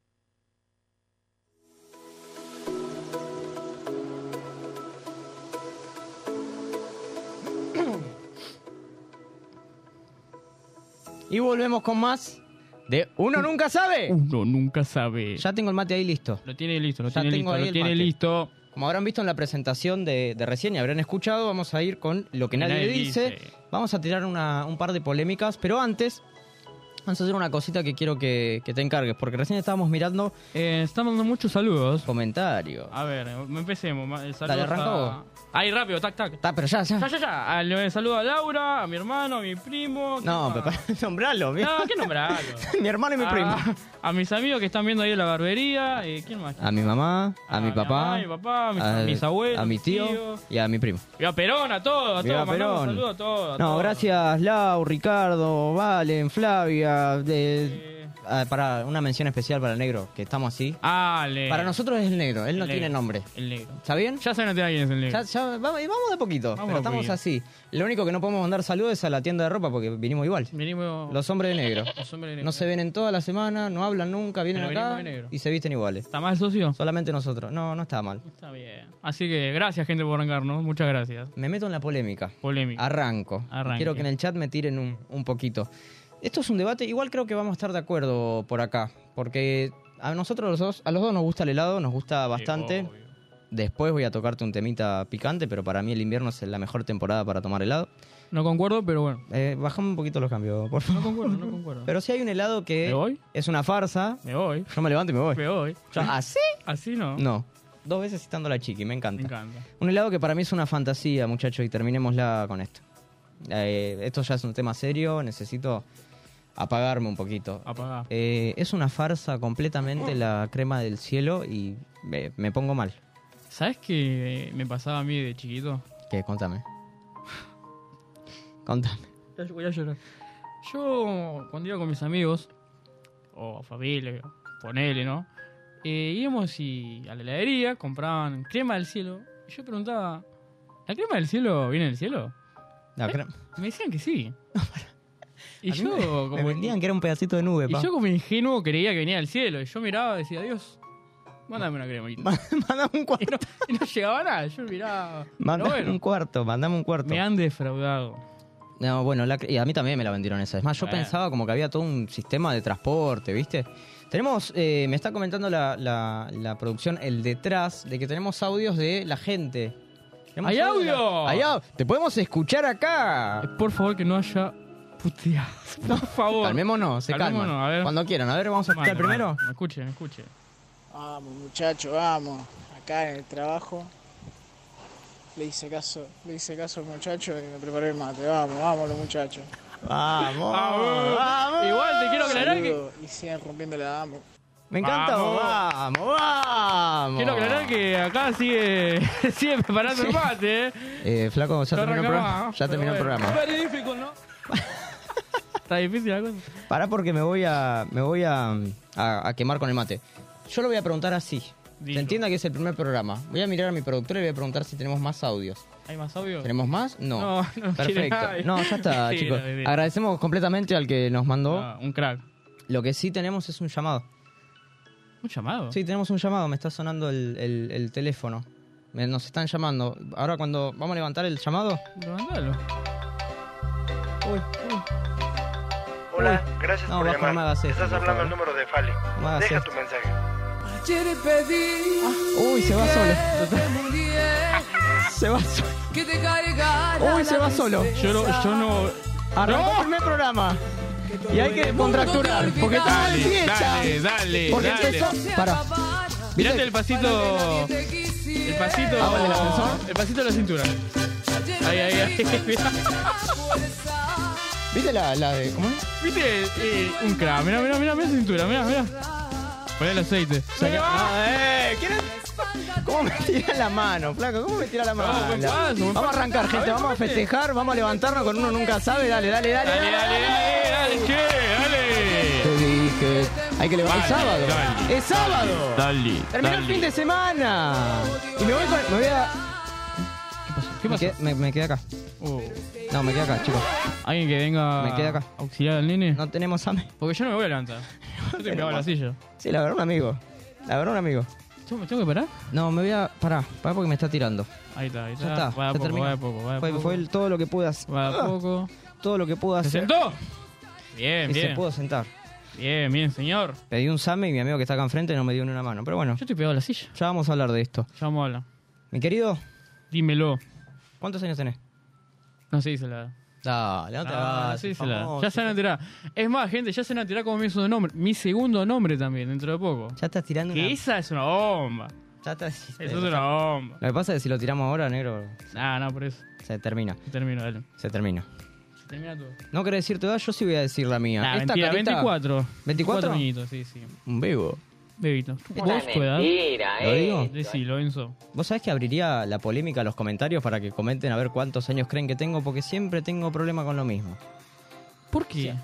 E: Y volvemos con más de Uno Nunca Sabe.
D: Uno nunca sabe.
E: Ya tengo el mate ahí listo.
D: Lo tiene listo, lo
E: Ya
D: tiene
E: tengo
D: listo,
E: ahí
D: lo
E: el
D: tiene
E: mate.
D: listo.
E: Como habrán visto en la presentación de, de recién y habrán escuchado, vamos a ir con lo que nadie, dice. Vamos a tirar una- un par de polémicas, pero antes vamos a hacer una cosita que quiero que, que te encargues, porque recién estábamos mirando
D: Eh, están dando muchos saludos.
E: comentarios.
D: A ver, empecemos. ma- eh, Saludos
E: Dale, arranca
D: a, Ahí rápido, tac, tac.
E: Está, pero ya, ya.
D: Ya, ya, ya. Ah, Le saludo a Laura, a mi hermano, a mi primo.
E: No,
D: ¿qué
E: pero [LAUGHS] para nombrarlo. mi-
D: más? [LAUGHS]
E: [LAUGHS]
D: No, ¿qué Ah. nombrarlo?
E: mi hermano y mi primo.
D: A, a mis amigos que están viendo ahí en la barbería. eh, ¿Quién más?
E: A mi mamá, a, mi papá,
D: A Ah, mi papá, a mis, a mis abuelos.
E: a mi
D: mis
E: tío
D: tíos.
E: y a mi primo.
D: Viva Perón, a todos, a
E: Viva
D: todos. Mandamos
E: Perón.
D: saludos a todos. a
E: No,
D: todos.
E: gracias Lau, Ricardo, Valen, Flavia. De,
D: Eh,
E: para una mención especial para el negro, que estamos así.
D: Ale.
E: Para nosotros es el negro, él no
D: Eh. El
E: tiene
D: negro,
E: nombre.
D: Ah, El negro.
E: ¿Está bien?
D: Ya se no tiene quién es el negro.
E: Ya- ya- vamos, y vamos de poquito,
D: Vamos
E: pero
D: de
E: estamos
D: poquito.
E: así. Lo único que no podemos mandar saludos es a la tienda de ropa porque vinimos igual.
D: Venimos.
E: Los hombres de negro.
D: Los hombres de negro.
E: No se ven en toda la semana, no hablan nunca, vienen
D: Pero
E: acá
D: venimos de negro.
E: y se visten iguales.
D: ¿Está mal socio?
E: Solamente nosotros. No, no está mal.
D: Está bien. Así que gracias, gente, por arrancarnos. Muchas gracias.
E: Me meto en la polémica.
D: Polémica.
E: Arranco.
D: Arranque.
E: Quiero que en el chat me tiren un, un poquito. Esto es un debate, igual creo que vamos a estar de acuerdo por acá, porque a nosotros los dos, a los dos nos gusta el helado, nos gusta bastante.
D: Sí, obvio.
E: Después voy a tocarte un temita picante, pero para mí el invierno es la mejor temporada para tomar helado.
D: No concuerdo, pero bueno.
E: Eh, bajame un poquito los cambios, por
D: No
E: favor.
D: concuerdo, no concuerdo.
E: Pero si hay un helado
D: ¿Me
E: que
D: voy?
E: es una farsa,
D: Me voy.
E: yo me levanto y me voy.
D: Me voy.
E: Yo, ¿Así?
D: Así no.
E: No. Dos veces citando a la chiqui, me encanta.
D: Me encanta.
E: Un helado que para mí es una fantasía, muchachos, y terminémosla con esto. Eh, esto ya es un tema serio, necesito apagarme un poquito.
D: Apagá.
E: Eh, es una farsa completamente la crema del cielo y eh, me pongo mal.
D: ¿Sabes qué me pasaba a mí de chiquito?
E: ¿Qué? Contame. [LAUGHS] Contame.
D: Voy a llorar. Yo, cuando iba con mis amigos, o familia, ponele, ¿no? Eh, íbamos y a la heladería compraban crema del cielo. Y yo preguntaba, ¿la crema del cielo viene del cielo?
E: La cre-
D: Me decían que
E: [LAUGHS]
D: sí. Y
E: A mí me-
D: yo, como,
E: me vendían que era un pedacito de nube,
D: y
E: pa.
D: yo como ingenuo creía que venía del cielo. Y yo miraba y decía, Dios, mándame una crema. Y no,
E: [LAUGHS] Mandame un cuarto.
D: [LAUGHS] y no llegaba nada. Yo miraba. Pero
E: Mandame un
D: bueno,
E: cuarto, mandame un cuarto.
D: me han defraudado.
E: No, bueno, la- y a mí también me la vendieron esa. Es más, yo
D: Bueno.
E: pensaba como que había todo un sistema de transporte, ¿viste? Tenemos, eh, me está comentando la, la- la producción el detrás de que tenemos audios de la gente. Tenemos
D: ¡Hay
E: audios de la-
D: audio!
E: ¡Hay audio! ¡Te podemos escuchar acá!
D: Eh, Por favor, que no haya puteadas. [LAUGHS] Por favor.
E: Calmémonos, se
D: Calmémonos,
E: calman.
D: a ver.
E: Cuando quieran, a ver, vamos
D: [LAUGHS]
E: a escuchar
D: Bueno,
E: primero.
D: bueno, Escuchen, escuchen.
G: Vamos, muchacho, vamos. Acá en el trabajo le hice caso, le hice caso al muchacho y me preparé el mate. Vamos, vamos los muchachos.
E: ¡Vamos!
D: Vamos.
E: ¡Vamos!
D: Igual te quiero aclarar que.
G: Saludo y sigan rompiendo la dama.
E: Me encanta,
D: Vamos.
E: vamos, vamos.
D: Quiero aclarar que acá sigue, [LAUGHS] sigue preparando el mate, ¿eh?
E: Eh, flaco, ya
D: No
E: terminó el
D: arranca
E: programa.
D: más,
E: ya
D: pero
E: terminó el
D: bueno.
E: programa. [LAUGHS]
D: Está difícil la cosa.
E: Pará porque me voy a me voy a, a- a quemar con el mate. Yo lo voy a preguntar así.
D: Dilo.
E: Se entienda que es el primer programa. Voy a mirar a mi productor y voy a preguntar si tenemos más audios.
D: ¿Hay más audio?
E: ¿Tenemos más? No.
D: No, no quiere
E: Perfecto.
D: nadie.
E: No,
D: [LAUGHS]
E: ya está,
D: Mentira,
E: chicos.
D: mentira.
E: Agradecemos completamente al que nos mandó.
D: Ah, un crack.
E: Lo que sí tenemos es un llamado.
D: ¿Un llamado?
E: Sí, tenemos un llamado. Me está sonando el, el- el teléfono. Me- nos están llamando. Ahora cuando vamos a levantar el llamado.
D: Levantalo.
E: Uy,
H: Hola, gracias
E: No,
H: por
E: bajo,
H: llamar.
E: no me hagas eso,
H: Estás
E: por
H: hablando
E: favor.
H: al número de Fali.
E: me hagas
H: Deja
E: esto.
H: tu mensaje.
F: Ayer pedí
E: uy, se va solo.
F: que te muriera,
E: Se va solo.
F: que te cargara
E: Uy, se
F: la
E: va solo.
F: tristeza.
D: Yo no, yo no.
E: Arrancó el primer programa. Y hay que contracturar. Porque está así
D: Dale,
E: hecha.
D: dale, dale.
E: Porque
D: dale.
E: empezó. Pará.
D: Mirate el pasito.
F: Te quisiera,
D: El pasito.
E: Ah, ¿vale, el ascensor?
D: el pasito de la cintura.
F: ayer
D: Ahí, ahí, ahí. [LAUGHS] Mirá.
F: fuerza.
E: ¿Viste la, la de. ¿Cómo es?
D: ¿Viste? Eh, un crack. Mirá, mirá, mirá, mirá la cintura. Mirá, mirá. Poné el aceite.
E: Saca- Ah, eh, ¿quién es? ¿Cómo me tira la mano, flaco? ¿Cómo me tira la mano?
D: Vamos, buen paso, buen
E: Vamos a arrancar,
D: A
E: gente.
D: ver,
E: Vamos a
D: fuerte.
E: festejar, vamos a levantarnos con uno nunca sabe. Dale, dale, dale.
D: Dale, dale, dale, dale, che, dale.
E: Te dije. Hay que levantar. Es
D: Dale,
E: sábado.
D: dale.
E: Es sábado.
D: Dale.
E: Terminó el fin de semana. Y me voy con. Me voy a.
D: ¿Qué
E: Me
D: pasó?
E: quedé, me- me quedé acá.
D: Oh.
E: No, me quedé acá, chicos.
D: ¿Alguien que venga
E: Me quedé acá.
D: a auxiliar al nene?
E: No tenemos hambre.
D: Porque yo no me voy a [LAUGHS] levantar. Yo estoy pegado a la silla.
E: Sí, la verdad, un amigo. La verdad, un amigo.
D: ¿Yo me tengo que parar?
E: No, me voy a. Pará, pará porque me está tirando.
D: Ahí está, ahí está.
E: Ya está,
D: Ah, Va a
E: se
D: poco,
E: terminó.
D: va a poco, va a
E: Fue,
D: poco.
E: fue el- todo lo que pude hacer.
D: Va a poco.
E: Todo lo que pude
D: Ah. ¿Se
E: hacer.
D: sentó? Bien,
E: Y se
D: bien.
E: pudo sentar.
D: Bien, bien, señor.
E: Pedí un same y mi amigo que está acá enfrente no me dio ni una mano. Pero bueno,
D: Yo estoy pegado a la silla.
E: ya vamos a hablar de esto.
D: Ya vamos a hablar.
E: Mi querido,
D: Dímelo.
E: ¿cuántos años tenés?
D: No se dice la edad.
E: Dale, no te
D: Ah,
E: hagas,
D: sí, se la-
E: famoso.
D: Ya se van a tirar. Es más, gente, ya se van a tirar como mi segundo nombre. Mi segundo nombre también, dentro de poco.
E: Ya estás tirando
D: Que
E: una...
D: esa es una bomba.
E: Ya está.
D: Eso es una bomba.
E: Lo que pasa es que si lo tiramos ahora, negro,
D: Ah, no, por eso.
E: se termina.
D: Termino, dale.
E: Se termina.
D: Se termina todo.
E: No querés decir tu edad, yo sí voy a decir la mía.
D: Nah,
E: Esta
D: mentira,
E: carita-
D: 24.
E: 24?
D: añitos, sí, sí.
E: Un vivo.
D: Bebito.
E: Una
D: ¿Vos tu edad?
E: ¿Lo digo?
D: Decilo, Enzo.
E: Vos sabés que abriría la polémica a los comentarios para que comenten a ver cuántos años creen que tengo, porque siempre tengo problema con lo mismo.
D: ¿Por qué?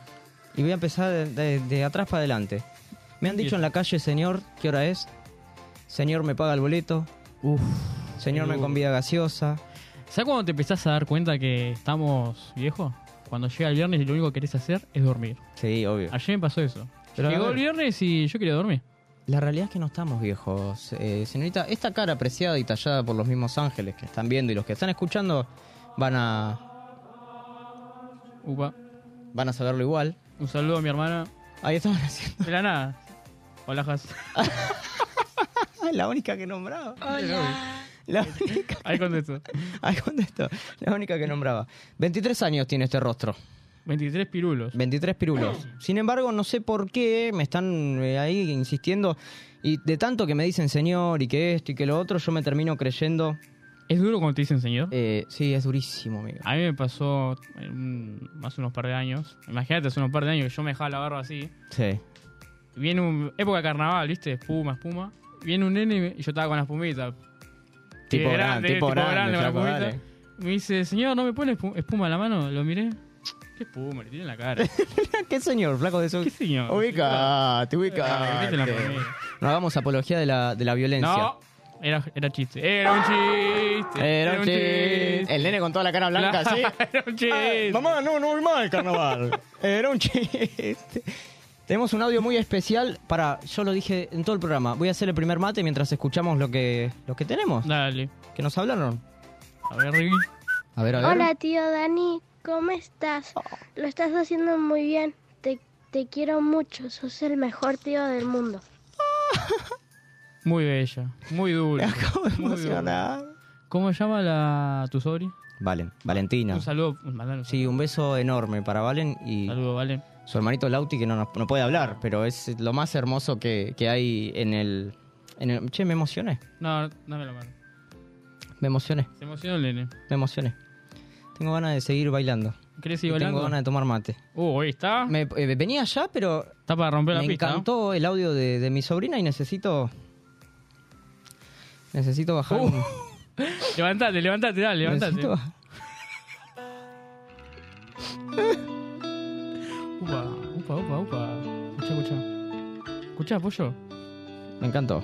E: Y voy a empezar de, de- de atrás para adelante. Me han dicho en la calle, señor, ¿qué hora es? Señor, me paga el boleto.
D: Uf.
E: Señor, me
D: Uh.
E: convida gaseosa.
D: ¿Sabes cuando te empezás a dar cuenta que estamos viejos? Cuando llega el viernes y lo único que querés hacer es dormir.
E: Sí, obvio.
D: Ayer me pasó eso.
E: Pero, a
D: Llegó
E: ver.
D: el viernes y yo quería dormir.
E: La realidad es que no estamos viejos. Eh, señorita, esta cara preciada y tallada por los mismos ángeles que están viendo y los que están escuchando van a,
D: Upa.
E: van a saberlo igual.
D: Un saludo a mi hermana.
E: Ahí estaban haciendo. [LAUGHS]
D: De la nada. Hola, Has.
E: Ay, Ah, la única que nombraba. La única,
D: [LAUGHS] Ahí contesto.
E: [LAUGHS] ahí contestó. La única que nombraba. 23 años tiene este rostro.
D: 23 pirulos.
E: 23 pirulos. Sin embargo, no sé por qué me están eh, ahí insistiendo. Y de tanto que me dicen señor y que esto y que lo otro, yo me termino creyendo.
D: ¿Es duro cuando te dicen señor?
E: eh, sí, es durísimo, amigo.
D: A mí me pasó eh, un- hace unos par de años. Imagínate, hace unos par de años que yo me dejaba la barba así.
E: Sí.
D: Viene un, época de carnaval, ¿viste? Espuma, espuma. Viene un nene y yo estaba con la espumita.
E: Tipo
D: Qué
E: grande, tipo grande,
D: con la
E: flaco,
D: espumita.
E: dale.
D: Me dice, señor, ¿no me pone espu- espuma en la mano? Lo miré. ¿Qué espuma? Le tiré en la cara.
E: [LAUGHS] ¿Qué señor, flaco de eso?
D: ¿Qué señor?
E: Ubicate,
D: Ah, metete en la
E: ubicate.
D: primera.
E: No hagamos apología de la, de la violencia.
D: No, era, era chiste. Era un chiste.
E: Era un chiste. El nene con toda la cara blanca,
D: Claro, [LAUGHS]
E: sí.
D: Era un chiste.
E: Mamá, no, no voy más al carnaval. [LAUGHS] Era un chiste. Tenemos un audio muy especial para. Yo lo dije en todo el programa. Voy a hacer el primer mate mientras escuchamos lo que, lo que tenemos,
D: Dale.
E: que nos hablaron.
D: A ver, Ricky.
E: A ver, a ver. Oh.
I: Hola tío Dani, ¿cómo estás? Lo estás haciendo muy bien. Te, te quiero mucho, sos el mejor tío del mundo.
D: Muy bella. Muy dura.
E: Acabo de
D: Muy dulce.
E: emocionar.
D: ¿Cómo se llama la, tu sobri?
E: Valen, Valentina.
D: Un saludo. mandale un
E: Sí, un beso enorme para Valen y
D: saludo, ¿vale?
E: su hermanito Lauti, que no, nos- no puede hablar, pero es lo más hermoso que, que hay en el, en el- Che, me emocioné.
D: No, dame la mano.
E: Me emocioné,
D: Se emocionó el nene.
E: me emocioné. Tengo ganas de seguir bailando.
D: ¿Querés seguir
E: Y
D: bailando?
E: Tengo ganas de tomar mate.
D: Uh, hoy está.
E: Me, eh, venía ya, pero
D: Está para romper la
E: me
D: pista. ¿no?
E: encantó el audio de, de mi sobrina y necesito. Necesito
D: [LAUGHS]
E: bajar. un-
D: Levantate, levantate, dale, levantate.
E: necesito bajar.
D: Upa, upa, upa, upa. Escuchá, escuchá. Escuchá, pollo.
E: Me encantó.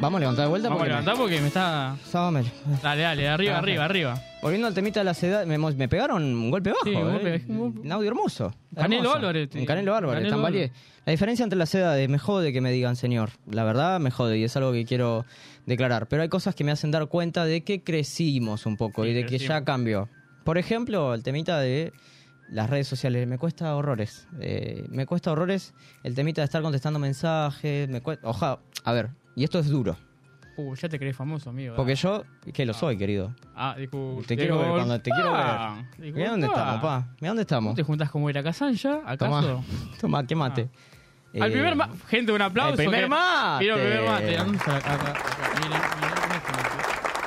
E: Vamos a levantar de vuelta.
D: Vamos a
E: porque me-
D: levantar porque me está.
E: Sábamelo.
D: Dale, dale, arriba,
E: Ah,
D: arriba, arriba.
E: Volviendo al temita de las edades, me, mo- me pegaron un golpe bajo.
D: Sí, un
E: eh.
D: golpe- un golpe-
E: Un audio hermoso.
D: Canelo
E: hermoso.
D: Álvarez, sí.
E: Un Canelo Álvarez,
D: Canelo
E: Tambalié.
D: Álvarez.
E: La diferencia entre las edades, me jode que me digan señor. La verdad, me jode y es algo que quiero declarar. Pero hay cosas que me hacen dar cuenta de que crecimos un poco
D: Sí,
E: y de que
D: crecimos.
E: ya cambió. Por ejemplo, el temita de las redes sociales. Me cuesta horrores. Eh, me cuesta horrores el temita de estar contestando mensajes. Me cuesta... Oja, a ver, y esto es duro.
D: Uh, ya te crees famoso, amigo.
E: Porque yo, que lo soy, querido.
D: Ah, disculpa.
E: Te quiero ver cuando te quiero ver. Mira dónde estamos, pa. Mira dónde
D: ¿No
E: estamos.
D: te juntás como era Kazan ya? ¿Acaso?
E: Toma, toma, qué mate.
D: Ah. Al
E: Eh,
D: primer mate. Gente, un aplauso.
E: el primer
D: que-
E: mate.
D: Mira, el primer mate. Vamos a- acá, acá. Miren, este miren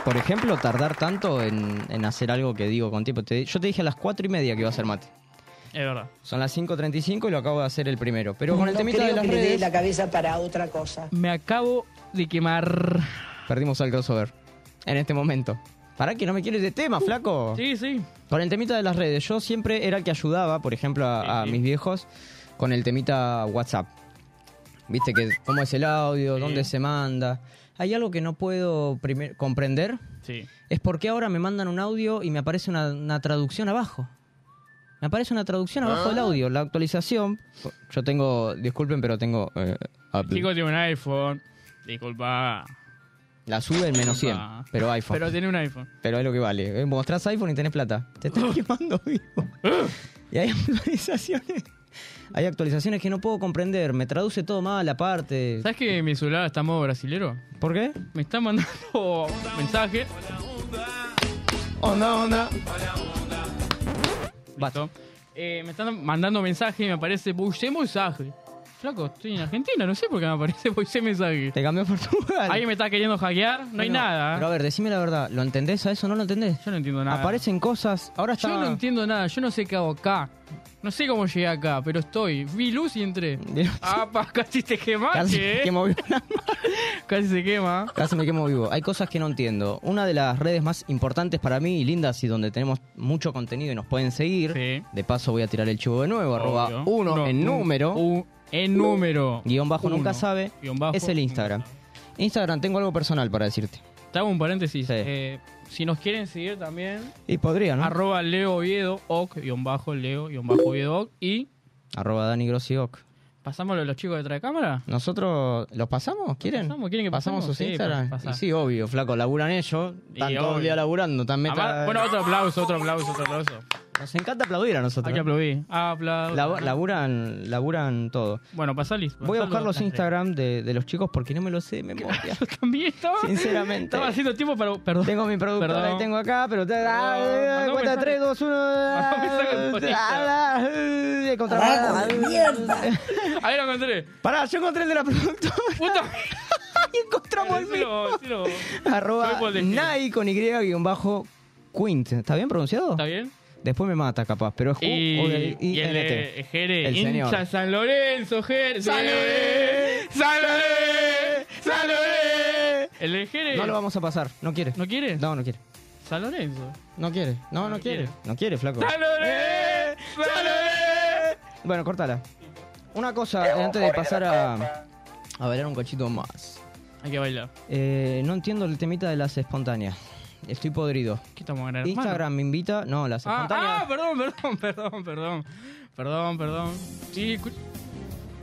E: Por ejemplo, tardar tanto en, en hacer algo que digo con tiempo. Te- yo te dije a las 4 y media que iba a hacer mate.
D: esto. Es verdad.
E: Son las 5.35 y lo acabo de hacer el primero. Pero con el
F: No
E: temita de
F: creo
E: las
F: que le dé
E: redes,
F: la cabeza para otra cosa.
D: Me acabo de quemar.
E: perdimos al crossover. En este momento. ¿Para que no me quieres de tema, flaco?
D: Sí, sí.
E: Con el temita de las redes, yo siempre era el que ayudaba, por ejemplo, a, a
D: Sí, sí.
E: mis viejos con el temita WhatsApp. Viste que cómo es el audio, dónde se manda. Hay algo que no puedo primer- comprender,
D: Sí.
E: es por qué ahora me mandan un audio y me aparece una, una traducción abajo. Me aparece una traducción abajo del audio, la actualización. Yo tengo, disculpen, pero tengo eh, Apple.
D: Chico tiene un iPhone. Disculpa.
E: la sube en menos 100,
D: Ah.
E: pero iPhone.
D: Pero tiene un iPhone.
E: Pero es lo que vale. Eh, Mostrás iPhone y tenés plata.
D: [GASPS]
E: Te estás quemando vivo. y hay actualizaciones. Hay actualizaciones que no puedo comprender. Me traduce todo mal, aparte.
D: ¿Sabes que mi celular está en modo brasilero?
E: ¿Por qué?
D: Me está mandando [LAUGHS] mensaje.
E: Onda, onda.
D: Listo. Eh, me están mandando mensaje y me aparece, busqué mensaje. Flaco, estoy en Argentina, no sé por qué me aparece [LAUGHS] por ese mensaje.
E: Te cambió Portugal.
D: Alguien me está queriendo hackear, no hay
E: Bueno,
D: nada. ¿eh?
E: Pero a ver, decime la verdad, ¿lo entendés a eso? ¿No lo entendés?
D: Yo no entiendo nada.
E: Aparecen cosas. Ahora está.
D: Yo no
E: [LAUGHS]
D: entiendo nada, yo no sé qué hago acá. No sé cómo llegué acá, pero estoy. Vi luz y
E: [LAUGHS]
D: entré. Ah, pa, casi te quemaste,
E: Casi me
D: eh.
E: quemo vivo.
D: Casi se quema.
E: [LAUGHS] Casi me quemo vivo. Hay cosas que no entiendo. Una de las redes más importantes para mí y lindas y donde tenemos mucho contenido y nos pueden seguir.
D: Sí.
E: De paso voy a tirar el chivo de nuevo, arroba
D: Obvio.
E: uno
D: No, Uh.
E: en
D: un-
E: número.
D: un- en número.
E: guión bajo
D: Uno.
E: nunca sabe.
D: Guión bajo,
E: es el Instagram. Instagram, tengo algo personal para decirte.
D: Te hago un paréntesis.
E: Sí. ¿Mm?
D: Eh, si nos quieren seguir también,
E: Y podría, ¿no?
D: arroba Leo Oviedo, ok, guión bajo, Leo, guión bajo Oviedo, ok. Y
E: Arroba Dani Grossi Oc.
D: pasamos lo de los chicos detrás de cámara.
E: ¿Nosotros los pasamos? ¿Quieren?
D: pasamos? ¿Quieren que
E: ¿Pasamos
D: pasamos?
E: sus
D: Sí,
E: Instagram?
D: pa- pasá.
E: Y sí, obvio, flaco, laburan ellos.
D: Y
E: Están todo
D: obvio.
E: el día laburando, están meta-
D: Amar- bueno, otro aplauso, otro aplauso, otro aplauso.
E: Nos encanta aplaudir a nosotros.
D: Hay que
E: ¿eh?
D: aplaudir. Aplauso.
E: Labu- laburan, laburan todo.
D: Bueno, pasales.
E: Voy a buscar los Instagram de, de los chicos porque no me los sé de memoria.
D: Yo [LAUGHS] también estaba.
E: Sinceramente.
D: Estaba haciendo tiempo para. Perdón.
E: [LAUGHS] Tengo mi productora
D: Perdón.
E: que tengo acá, pero. te eh,
D: Mandá un
E: cuenta
D: mensaje.
E: 3, 2, 1. eh,
D: mensaje por [LAUGHS]
E: Ah,
D: Ahí lo
E: [LAUGHS]
D: encontré.
E: Pará, yo encontré el de la productora. [LAUGHS]
D: Puta.
E: y encontramos el mío.
D: Decilo, decilo. Soy
E: Arroba
D: por decir.
E: Nai con Y guión bajo Quint. ¿Está bien pronunciado?
D: ¿Está bien?
E: Después me mata capaz, pero es
D: Uh,
E: Q o
D: Y,
E: del-
D: y el
E: INT.
D: de Jere,
E: El
D: hincha
E: señor.
D: San Lorenzo, Jere. ¡San Lorenzo! ¡San Lorenzo! ¡San Lorenzo! El de Jere.
E: No lo vamos a pasar, no quiere.
D: ¿No quiere?
E: No, no quiere.
D: San Lorenzo.
E: No quiere. No, no,
D: No
E: quiere.
D: quiere.
E: No quiere, flaco.
D: ¡San Lorenzo! ¡San Lorenzo!
E: Bueno, cortala. Una cosa, eh, antes de pasar a, a bailar un cochito más.
D: Hay que bailar.
E: Eh, no entiendo el temita de las espontáneas. Estoy podrido.
D: ¿Qué estamos ganando?
E: Instagram me invita. No, las
D: Ah, ah,
E: espontáneas.
D: perdón, perdón, perdón, perdón. Perdón, perdón. Sí, escu-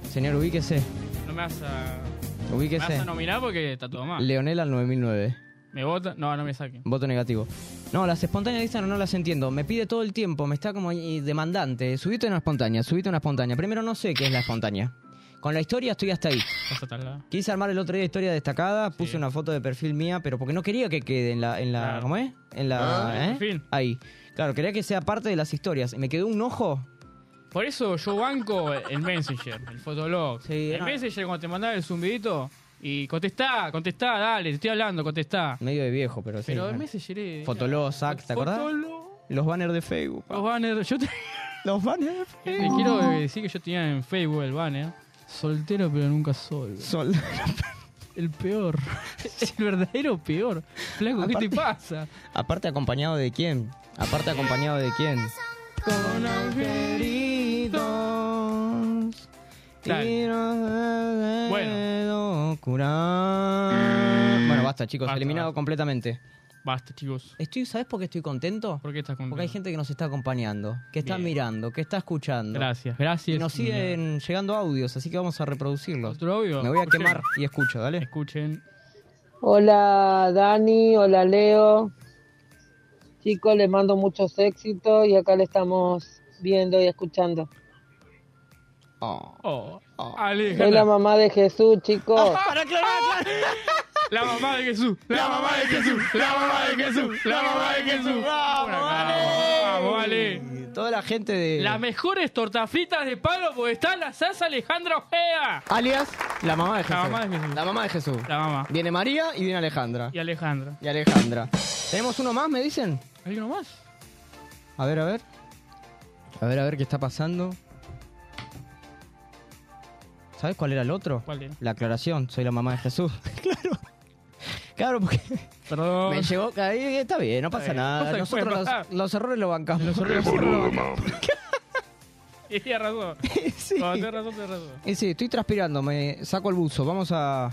E: Señor, ubíquese.
D: no me vas a. Me vas
E: Ubíquese.
D: a nominar porque está todo mal.
E: Leonel al 9009.
D: Me vota. No, no me saquen.
E: Voto negativo. No, las espontáneas de Instagram no las entiendo. Me pide todo el tiempo, me está como ahí demandante. Subite una espontánea, subite una espontánea. Primero no sé qué es la espontánea. Con la historia estoy hasta ahí.
D: Vas a tardar.
E: Quise armar el otro día historia destacada, puse una foto de perfil mía, pero porque no quería que quede en la... En la
D: Claro.
E: ¿Cómo es? En la...
D: Ah, en el
E: ¿eh?
D: perfil.
E: Ahí. Claro, quería que sea parte de las historias. Y me quedó un ojo.
D: Por eso yo banco el Messenger, el Fotolog.
E: Sí,
D: el
E: no.
D: Messenger cuando te mandaba el zumbidito y contestá, contestá, dale, te estoy hablando, contestá.
E: Medio de viejo, pero sí.
D: Pero el
E: bueno.
D: Messenger es...
E: Fotolog, Zack, ¿te acordás?
D: Fotolog.
E: Los banners de Facebook. pa.
D: Los banners. Yo te, [LAUGHS]
E: Los banners de
D: te
E: Facebook.
D: quiero eh, decir que yo tenía en Facebook el banner. Soltero pero nunca soy. bro.
E: Sol.
D: El peor. [LAUGHS] el verdadero peor. Flaco, ¿qué
E: Aparte-
D: te pasa?
E: [LAUGHS] Aparte acompañado de quién? Aparte acompañado de quién? Con angelitos.
D: Dale. Bueno.
E: Bueno. Bueno, basta, chicos,
D: Basta,
E: eliminado
D: basta.
E: completamente.
D: Basta, chicos.
E: Estoy, ¿sabes por qué estoy contento?
D: ¿Por qué estás contento?
E: Porque hay gente que nos está acompañando, que está
D: Bien.
E: mirando, que está escuchando.
D: Gracias,
E: Y
D: gracias.
E: nos siguen llegando audios, así que vamos a reproducirlos.
D: ¿Otro audio?
E: Me voy a
D: Escuchen.
E: quemar y escucho, dale.
D: Escuchen.
J: Hola Dani, hola Leo. Chicos, les mando muchos éxitos y acá le estamos viendo y escuchando.
E: Oh.
D: Oh,
E: Oh.
J: Soy la
D: Alejandra.
J: mamá de Jesús, chicos.
D: La mamá de Jesús, la mamá de Jesús, la mamá de Jesús, la mamá de Jesús.
E: Vamos,
D: Una cama,
E: vale.
D: vamos, vale.
E: Toda la gente de.
D: Las mejores tortas fritas de palo porque está la salsa Alejandra Ojeda.
E: Alias, la mamá de Jesús.
D: La mamá de Jesús.
E: La mamá de Jesús.
D: La mamá
E: Viene María y viene Alejandra.
D: y Alejandra.
E: Y Alejandra. ¿Tenemos uno más, me dicen?
D: ¿Hay uno más?
E: A ver, a ver. A ver, a ver qué está pasando. ¿Sabes cuál era el otro?
D: ¿Cuál era?
E: La aclaración, soy la mamá de Jesús. [LAUGHS] claro. Claro, porque
D: Perdón.
E: me llegó. ahí Está bien, no pasa
D: bien,
E: nada.
D: cosas que
E: Nosotros
D: pueden
E: los,
D: pasar.
E: los errores lo bancamos.
D: Los errores-
E: [LAUGHS]
D: Y [LAUGHS] tenía razón.
E: sí.
D: No, tenés razón, tenés razón.
E: Y sí, estoy transpirando, me saco el buzo. Vamos a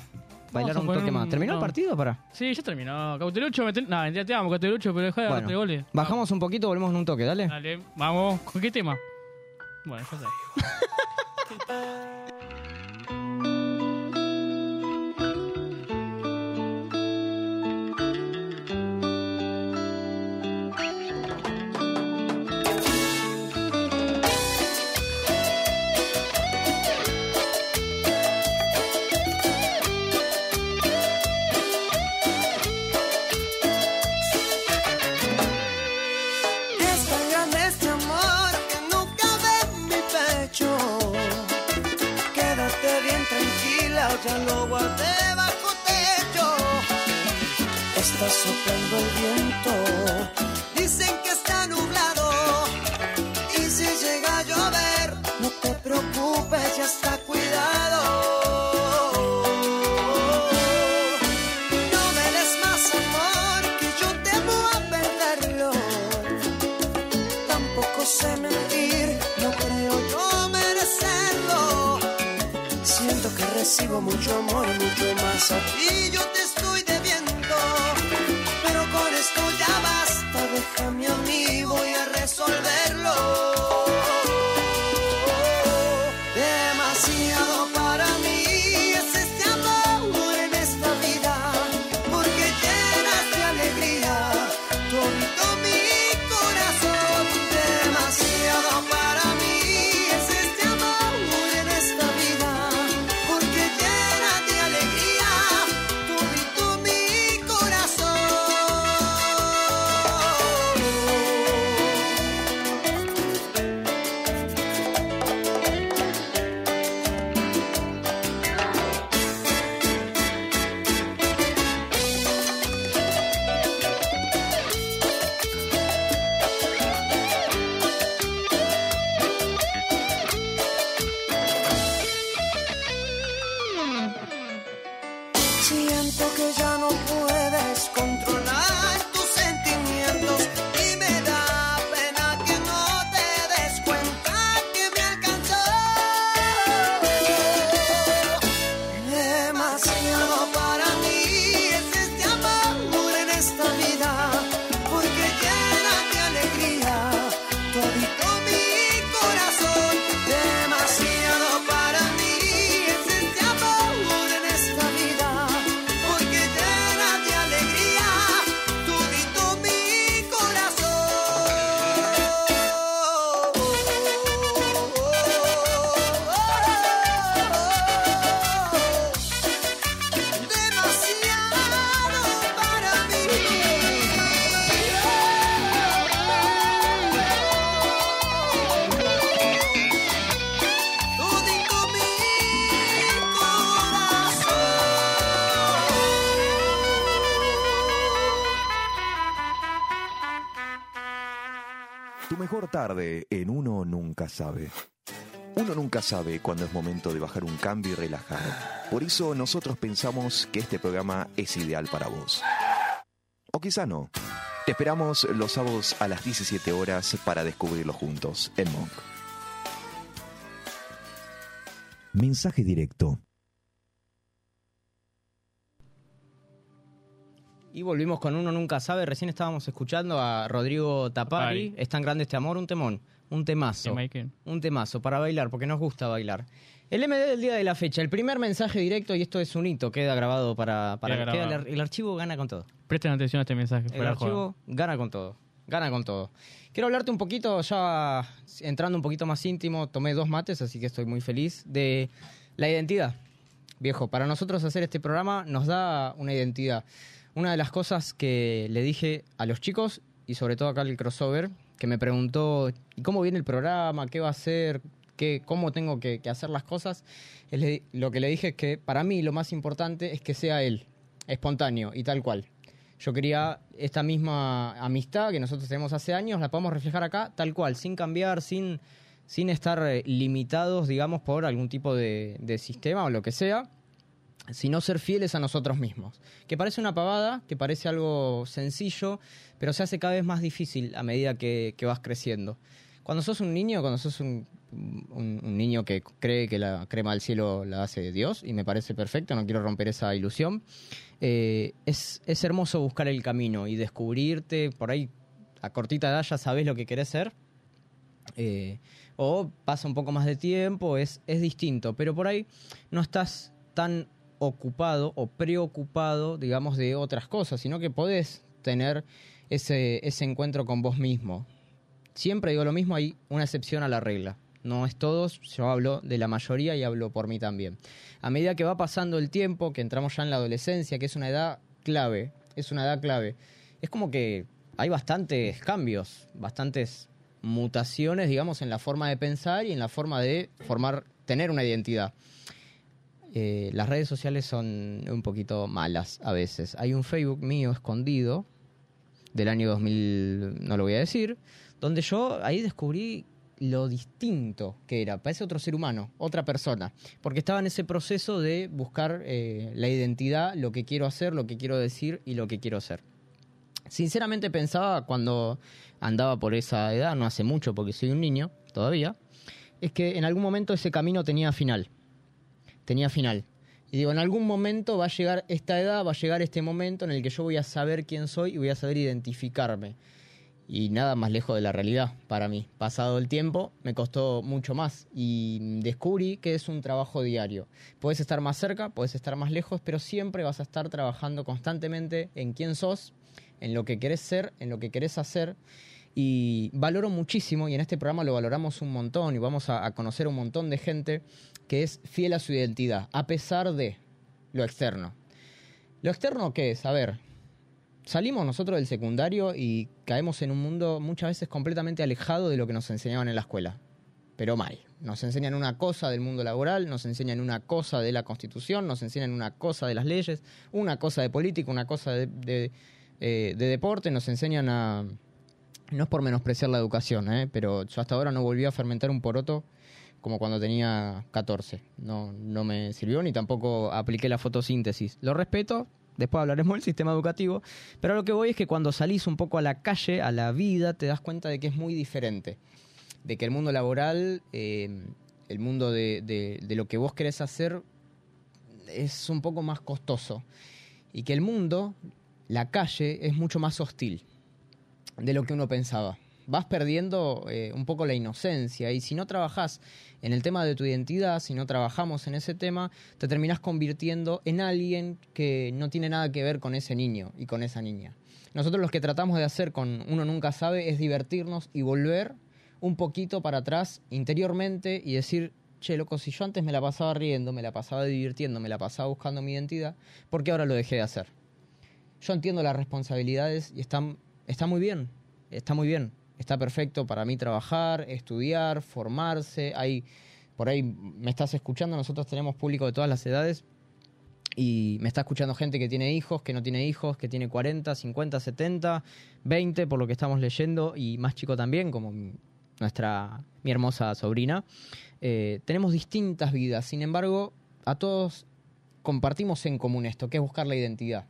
E: bailar
D: a
E: un
D: poner
E: toque
D: un-
E: más. ¿Terminó el
D: no.
E: partido? Para.
D: Sí, ya terminó. Cautelucho, mete... No, mentira, te amo, Cautelucho, pero dejá de
E: Bueno,
D: darte goles.
E: Bajamos un poquito, volvemos en un toque, dale.
D: Dale, vamos. ¿Con qué tema? Bueno, ya sé.
F: Es tan grande este amor que no cabe en mi pecho. Que ya lo guardé bajo techo. Está soplando el viento. Dicen que está nublado. Y si llega a llover, no te preocupes, ya está cuidado. No me des más amor, que yo temo a perderlo. Tampoco sé mentir, no creo yo merecerlo. Siento que recibo mucho amor, mucho más a ti yo te estoy debiendo. Pero con esto ya basta, déjame a mí, voy a resolverlo. Demasiado para mí es este amor en esta vida, porque llenas de alegría todo mi corazón demasiado para mí es este amor en esta vida porque llena de alegría todo mi corazón Siento que ya no puedes controlar tus sentimientos y me da pena que no te des cuenta que me alcanzó. Demasiado para mí es este amor en esta vida porque llena de alegría todito mi corazón. Demasiado para mí es este amor en esta vida porque llena de alegría todito mi corazón. Demasiado para mí.
B: Tu mejor tarde en uno nunca sabe. Uno nunca sabe cuándo es momento de bajar un cambio y relajar. Por eso nosotros pensamos que este programa es ideal para vos. O quizá no. Te esperamos los sábados a las 17 horas para descubrirlo juntos en Monk. Mensaje directo.
E: Y volvimos con Uno Nunca Sabe. Recién estábamos escuchando a Rodrigo Tapari.
D: Tapari.
E: Es tan grande este amor, un temón. Un temazo.
D: Jamaican.
E: Un temazo para bailar, porque nos gusta bailar. El MD del día de la fecha. El primer mensaje directo, y esto es un hito, queda grabado para... para
D: Queda
E: queda el
D: grabado.
E: ar- el archivo gana con todo.
D: Presten atención a este mensaje.
E: El
D: fuera de joda.
E: archivo gana con todo. Gana con todo. Quiero hablarte un poquito, ya entrando un poquito más íntimo, tomé dos mates, así que estoy muy feliz, de la identidad. Viejo, para nosotros hacer este programa nos da una identidad. Una de las cosas que le dije a los chicos, y sobre todo acá el crossover, que me preguntó, ¿y cómo viene el programa? ¿Qué va a ser? ¿Qué, ¿Cómo tengo que, que hacer las cosas? Es le- lo que le dije es que para mí lo más importante es que sea él, espontáneo y tal cual. Yo quería esta misma amistad que nosotros tenemos hace años, la podamos reflejar acá tal cual, sin cambiar, sin, sin estar eh, limitados, digamos, por algún tipo de, de sistema o lo que sea, sino ser fieles a nosotros mismos. Que parece una pavada, que parece algo sencillo, pero se hace cada vez más difícil a medida que, que vas creciendo. Cuando sos un niño, cuando sos un, un- un niño que cree que la crema del cielo la hace Dios, y me parece perfecto, no quiero romper esa ilusión, eh, es, es hermoso buscar el camino y descubrirte, por ahí a cortita edad ya sabes lo que querés ser, eh, o pasa un poco más de tiempo, es, es distinto, pero por ahí no estás tan ocupado o preocupado, digamos, de otras cosas, sino que podés tener ese, ese encuentro con vos mismo. Siempre digo lo mismo, hay una excepción a la regla. No es todos, yo hablo de la mayoría y hablo por mí también. A medida que va pasando el tiempo, que entramos ya en la adolescencia, que es una edad clave, es una edad clave, es como que hay bastantes cambios, bastantes mutaciones, digamos, en la forma de pensar y en la forma de formar, tener una identidad. eh, las redes sociales son un poquito malas a veces. Hay un Facebook mío escondido del año 2000, no lo voy a decir, donde yo ahí descubrí lo distinto que era. Parece otro ser humano, otra persona. Porque estaba en ese proceso de buscar eh, la identidad, lo que quiero hacer, lo que quiero decir y lo que quiero ser. Sinceramente pensaba cuando andaba por esa edad, no hace mucho porque soy un niño todavía, es que en algún momento ese camino tenía final. Tenía final. Y digo, en algún momento va a llegar esta edad, va a llegar este momento en el que yo voy a saber quién soy y voy a saber identificarme. Y nada más lejos de la realidad para mí. Pasado el tiempo, me costó mucho más y descubrí que es un trabajo diario. Puedes estar más cerca, puedes estar más lejos, pero siempre vas a estar trabajando constantemente en quién sos, en lo que querés ser, en lo que querés hacer. Y valoro muchísimo, y en este programa lo valoramos un montón, y vamos a, a conocer un montón de gente que es fiel a su identidad, a pesar de lo externo. ¿Lo externo qué es? A ver, salimos nosotros del secundario y caemos en un mundo muchas veces completamente alejado de lo que nos enseñaban en la escuela. Pero mal. Nos enseñan una cosa del mundo laboral, nos enseñan una cosa de la constitución, nos enseñan una cosa de las leyes, una cosa de política, una cosa de, de, eh, de deporte, nos enseñan a... No es por menospreciar la educación, ¿eh? pero yo hasta ahora no volví a fermentar un poroto como cuando tenía 14. No, no me sirvió ni tampoco apliqué la fotosíntesis. Lo respeto, después hablaremos del sistema educativo, pero a lo que voy es que cuando salís un poco a la calle, a la vida, te das cuenta de que es muy diferente. De que el mundo laboral, eh, el mundo de, de- de lo que vos querés hacer, es un poco más costoso. Y que el mundo, la calle, es mucho más hostil de lo que uno pensaba. Vas perdiendo eh, un poco la inocencia y si no trabajás en el tema de tu identidad, si no trabajamos en ese tema, te terminás convirtiendo en alguien que no tiene nada que ver con ese niño y con esa niña. Nosotros lo que tratamos de hacer con Uno Nunca Sabe es divertirnos y volver un poquito para atrás interiormente y decir, che, loco, si yo antes me la pasaba riendo, me la pasaba divirtiendo, me la pasaba buscando mi identidad, ¿por qué ahora lo dejé de hacer? yo entiendo las responsabilidades y están, está muy bien, está muy bien, está perfecto para mí trabajar, estudiar, formarse, hay, por ahí me estás escuchando, nosotros tenemos público de todas las edades y me está escuchando gente que tiene hijos, que no tiene hijos, que tiene 40, 50, 70, 20, por lo que estamos leyendo, y más chico también, como mi- nuestra, mi hermosa sobrina. Eh, tenemos distintas vidas, sin embargo, a todos compartimos en común esto, que es buscar la identidad.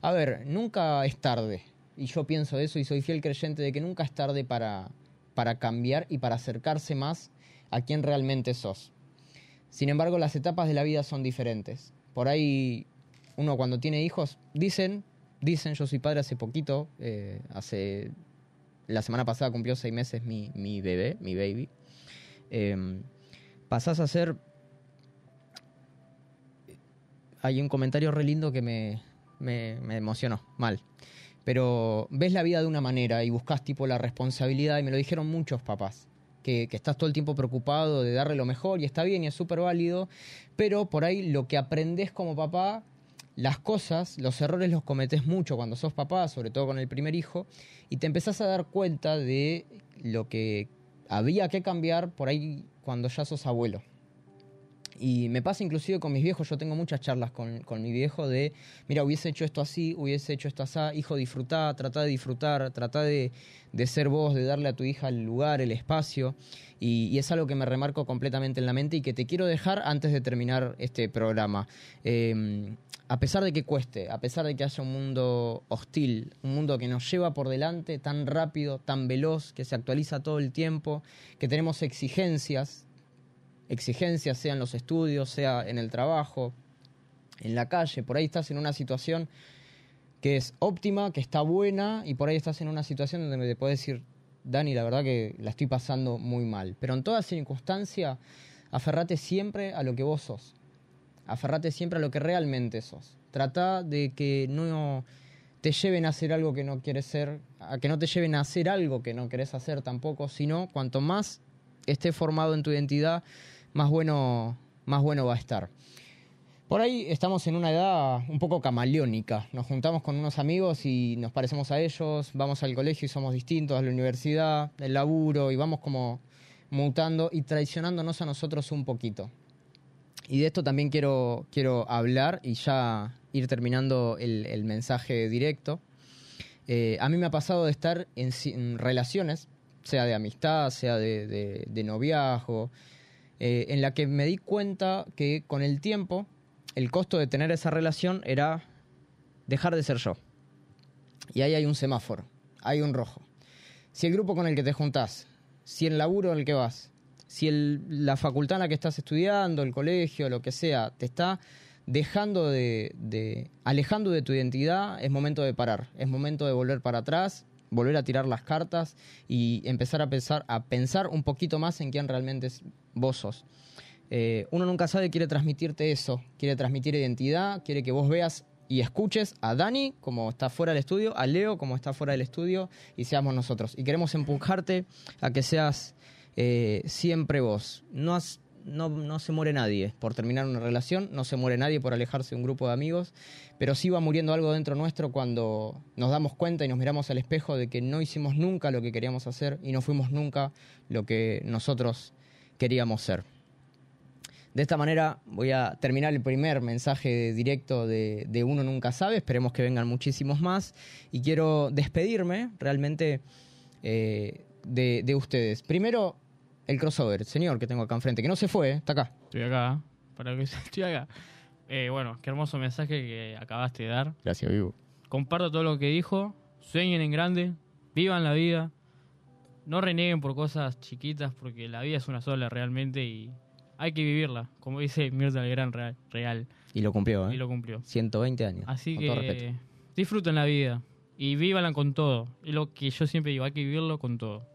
E: A ver, nunca es tarde. Y yo pienso eso y soy fiel creyente de que nunca es tarde para, para cambiar y para acercarse más a quien realmente sos. Sin embargo, las etapas de la vida son diferentes. Por ahí, uno cuando tiene hijos, dicen, dicen, yo soy padre hace poquito, eh, hace la semana pasada cumplió seis meses mi, mi bebé, mi baby. Em, pasás a ser hay un comentario re lindo que me, me, me emocionó mal. Pero ves la vida de una manera y buscas tipo la responsabilidad, y me lo dijeron muchos papás, que, que estás todo el tiempo preocupado de darle lo mejor, y está bien y es súper válido, pero por ahí lo que aprendes como papá, las cosas, los errores los cometes mucho cuando sos papá, sobre todo con el primer hijo, y te empezás a dar cuenta de lo que había que cambiar por ahí cuando ya sos abuelo. Y me pasa inclusive con mis viejos, yo tengo muchas charlas con, con mi viejo de, mira, hubiese hecho esto así, hubiese hecho esto así, hijo, disfrutá, trata de disfrutar, trata de, de ser vos, de darle a tu hija el lugar, el espacio. Y, y es algo que me remarco completamente en la mente y que te quiero dejar antes de terminar este programa. Eh, a pesar de que cueste, a pesar de que haya un mundo hostil, un mundo que nos lleva por delante tan rápido, tan veloz, que se actualiza todo el tiempo, que tenemos exigencias exigencias, sea en los estudios, sea en el trabajo, en la calle. Por ahí estás en una situación que es óptima, que está buena, y por ahí estás en una situación donde te puedes decir, Dani, la verdad que la estoy pasando muy mal. Pero en toda circunstancia, aferrate siempre a lo que vos sos. Aferrate siempre a lo que realmente sos. Trata de que no te lleven a hacer algo que no quieres ser, a que no te lleven a hacer algo que no querés hacer tampoco, sino cuanto más esté formado en tu identidad, más bueno, más bueno va a estar. Por ahí estamos en una edad un poco camaleónica. Nos juntamos con unos amigos y nos parecemos a ellos, vamos al colegio y somos distintos, a la universidad, el laburo, y vamos como mutando y traicionándonos a nosotros un poquito. Y de esto también quiero, quiero hablar y ya ir terminando el, el mensaje directo. Eh, a mí me ha pasado de estar en, si- en relaciones, sea de amistad, sea de, de- de noviazgo, eh, en la que me di cuenta que con el tiempo el costo de tener esa relación era dejar de ser yo. Y ahí hay un semáforo, hay un rojo. Si el grupo con el que te juntás, si el laburo en el que vas, si el- la facultad en la que estás estudiando, el colegio, lo que sea, te está dejando de, de- alejando de tu identidad, es momento de parar, es momento de volver para atrás, volver a tirar las cartas y empezar a pensar, a pensar un poquito más en quién realmente es- vos sos. Eh, uno nunca sabe, quiere transmitirte eso, quiere transmitir identidad, quiere que vos veas y escuches a Dani como está fuera del estudio, a Leo como está fuera del estudio y seamos nosotros. Y queremos empujarte a que seas eh, siempre vos. No, has- no, no se muere nadie por terminar una relación, no se muere nadie por alejarse de un grupo de amigos, pero sí va muriendo algo dentro nuestro cuando nos damos cuenta y nos miramos al espejo de que no hicimos nunca lo que queríamos hacer y no fuimos nunca lo que nosotros queríamos ser. De esta manera voy a terminar el primer mensaje directo de, de Uno Nunca Sabe. Esperemos que vengan muchísimos más. Y quiero despedirme realmente eh, de, de ustedes. Primero, el crossover, señor que tengo acá enfrente, que no se fue, eh, está acá.
D: Estoy acá. Para que [LAUGHS] estoy acá. Eh, bueno, qué hermoso mensaje que acabaste de dar.
E: Gracias, vivo.
D: Comparto todo lo que dijo. Sueñen en grande. Vivan la vida. No reneguen por cosas chiquitas porque la vida es una sola realmente y hay que vivirla. Como dice Mirta Legrand Real. real.
E: Y lo cumplió, ¿eh?
D: Y lo cumplió.
E: 120 años.
D: Así
E: con todo respeto.
D: que disfruten la vida y vívanla con todo. Es lo que yo siempre digo, hay que vivirlo con todo.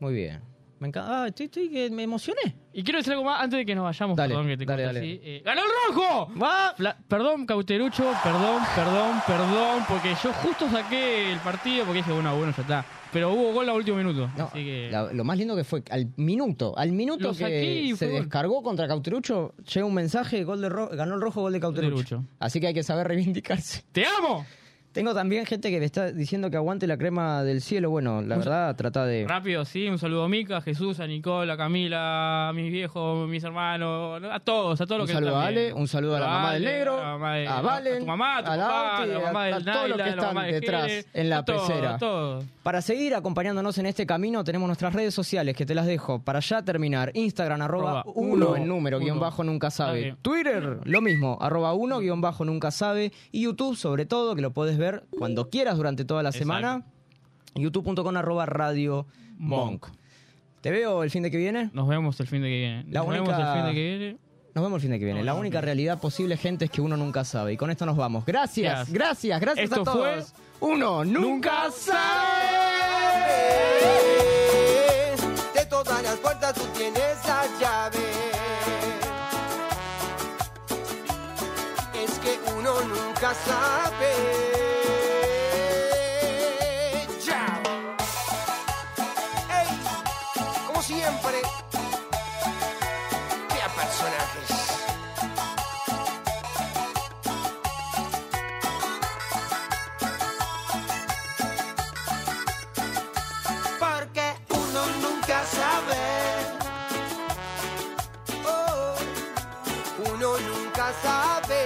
E: Muy bien. Me encanta. Ah, estoy, estoy que me emocioné.
D: Y quiero decir algo más antes de que nos vayamos.
E: Dale,
D: perdón que te
E: dale,
D: corte
E: dale.
D: así. Eh, ¡Ganó el rojo! Fla- perdón, Cauterucho, perdón, perdón, perdón, porque yo justo saqué el partido porque dije, bueno, bueno, ya está. Pero hubo gol a último minuto. así que...
E: La- lo más lindo que fue al minuto, al minuto
D: Lo saqué
E: que
D: y
E: se
D: fue gol.
E: descargó contra Cauterucho, llega un mensaje, gol de ro- ganó el rojo, gol de Cauterucho. Así que hay que saber reivindicarse. [LAUGHS]
D: ¡Te amo!
E: Tengo también gente que me está diciendo que aguante la crema del cielo. Bueno, la verdad, trata de...
D: Rápido, sí, un saludo a Mica, a Jesús, a Nicola, a Camila, a mis viejos, a mis hermanos, a todos, a todos los
E: Un
D: que
E: saludo a
D: están
E: Ale,
D: bien.
E: un saludo a la mamá del
D: Ale,
E: negro,
D: a, la mamá de-
E: a Valen,
D: tu mamá, a tu
E: a
D: papá, a
E: Lauti,
D: la mamá
E: a-
D: del
E: a todos los
D: Naila,
E: que
D: a la mamá
E: están
D: de
E: detrás
D: Jere,
E: en la
D: a todos,
E: pecera.
D: a todos.
E: Para seguir acompañándonos en este camino tenemos nuestras redes sociales que te las dejo para ya terminar. Instagram arroba
D: Arroba
E: uno
D: uno,
E: en número guión
D: uno.
E: bajo nunca sabe.
D: Dale.
E: Twitter lo mismo arroba uno guión bajo nunca sabe. Y YouTube sobre todo que lo puedes ver cuando quieras durante toda la semana. youtube.com arroba radio monk. Te veo el fin de que viene.
D: Nos vemos el fin de que viene.
E: La
D: Nos vemos
E: única-
D: el fin de que viene.
E: Nos vemos el fin de que viene.
D: Nos
E: La
D: vemos.
E: única realidad posible, gente, es que uno nunca sabe. Y con esto nos vamos. Gracias, gracias, gracias
D: Esto
E: a todos. Uno nunca
C: De todas las puertas tú tienes la llave. Es que uno nunca sabe. Ya. Ey, como siempre. Qué personajes. porque uno nunca sabe. Oh, uno nunca sabe.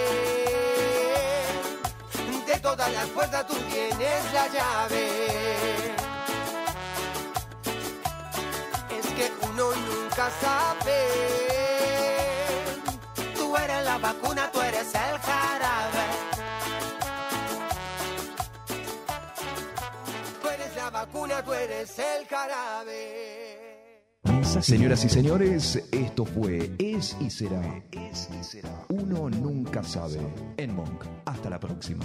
C: De todas las puertas tú tienes la llave. Es que uno nunca sabe. Tú eres la vacuna, tú eres el jarabe. Tú eres la vacuna, tú eres el jarabe.
B: Señoras y señores, esto fue Es y Será. Uno nunca sabe. En Monk. Hasta la próxima.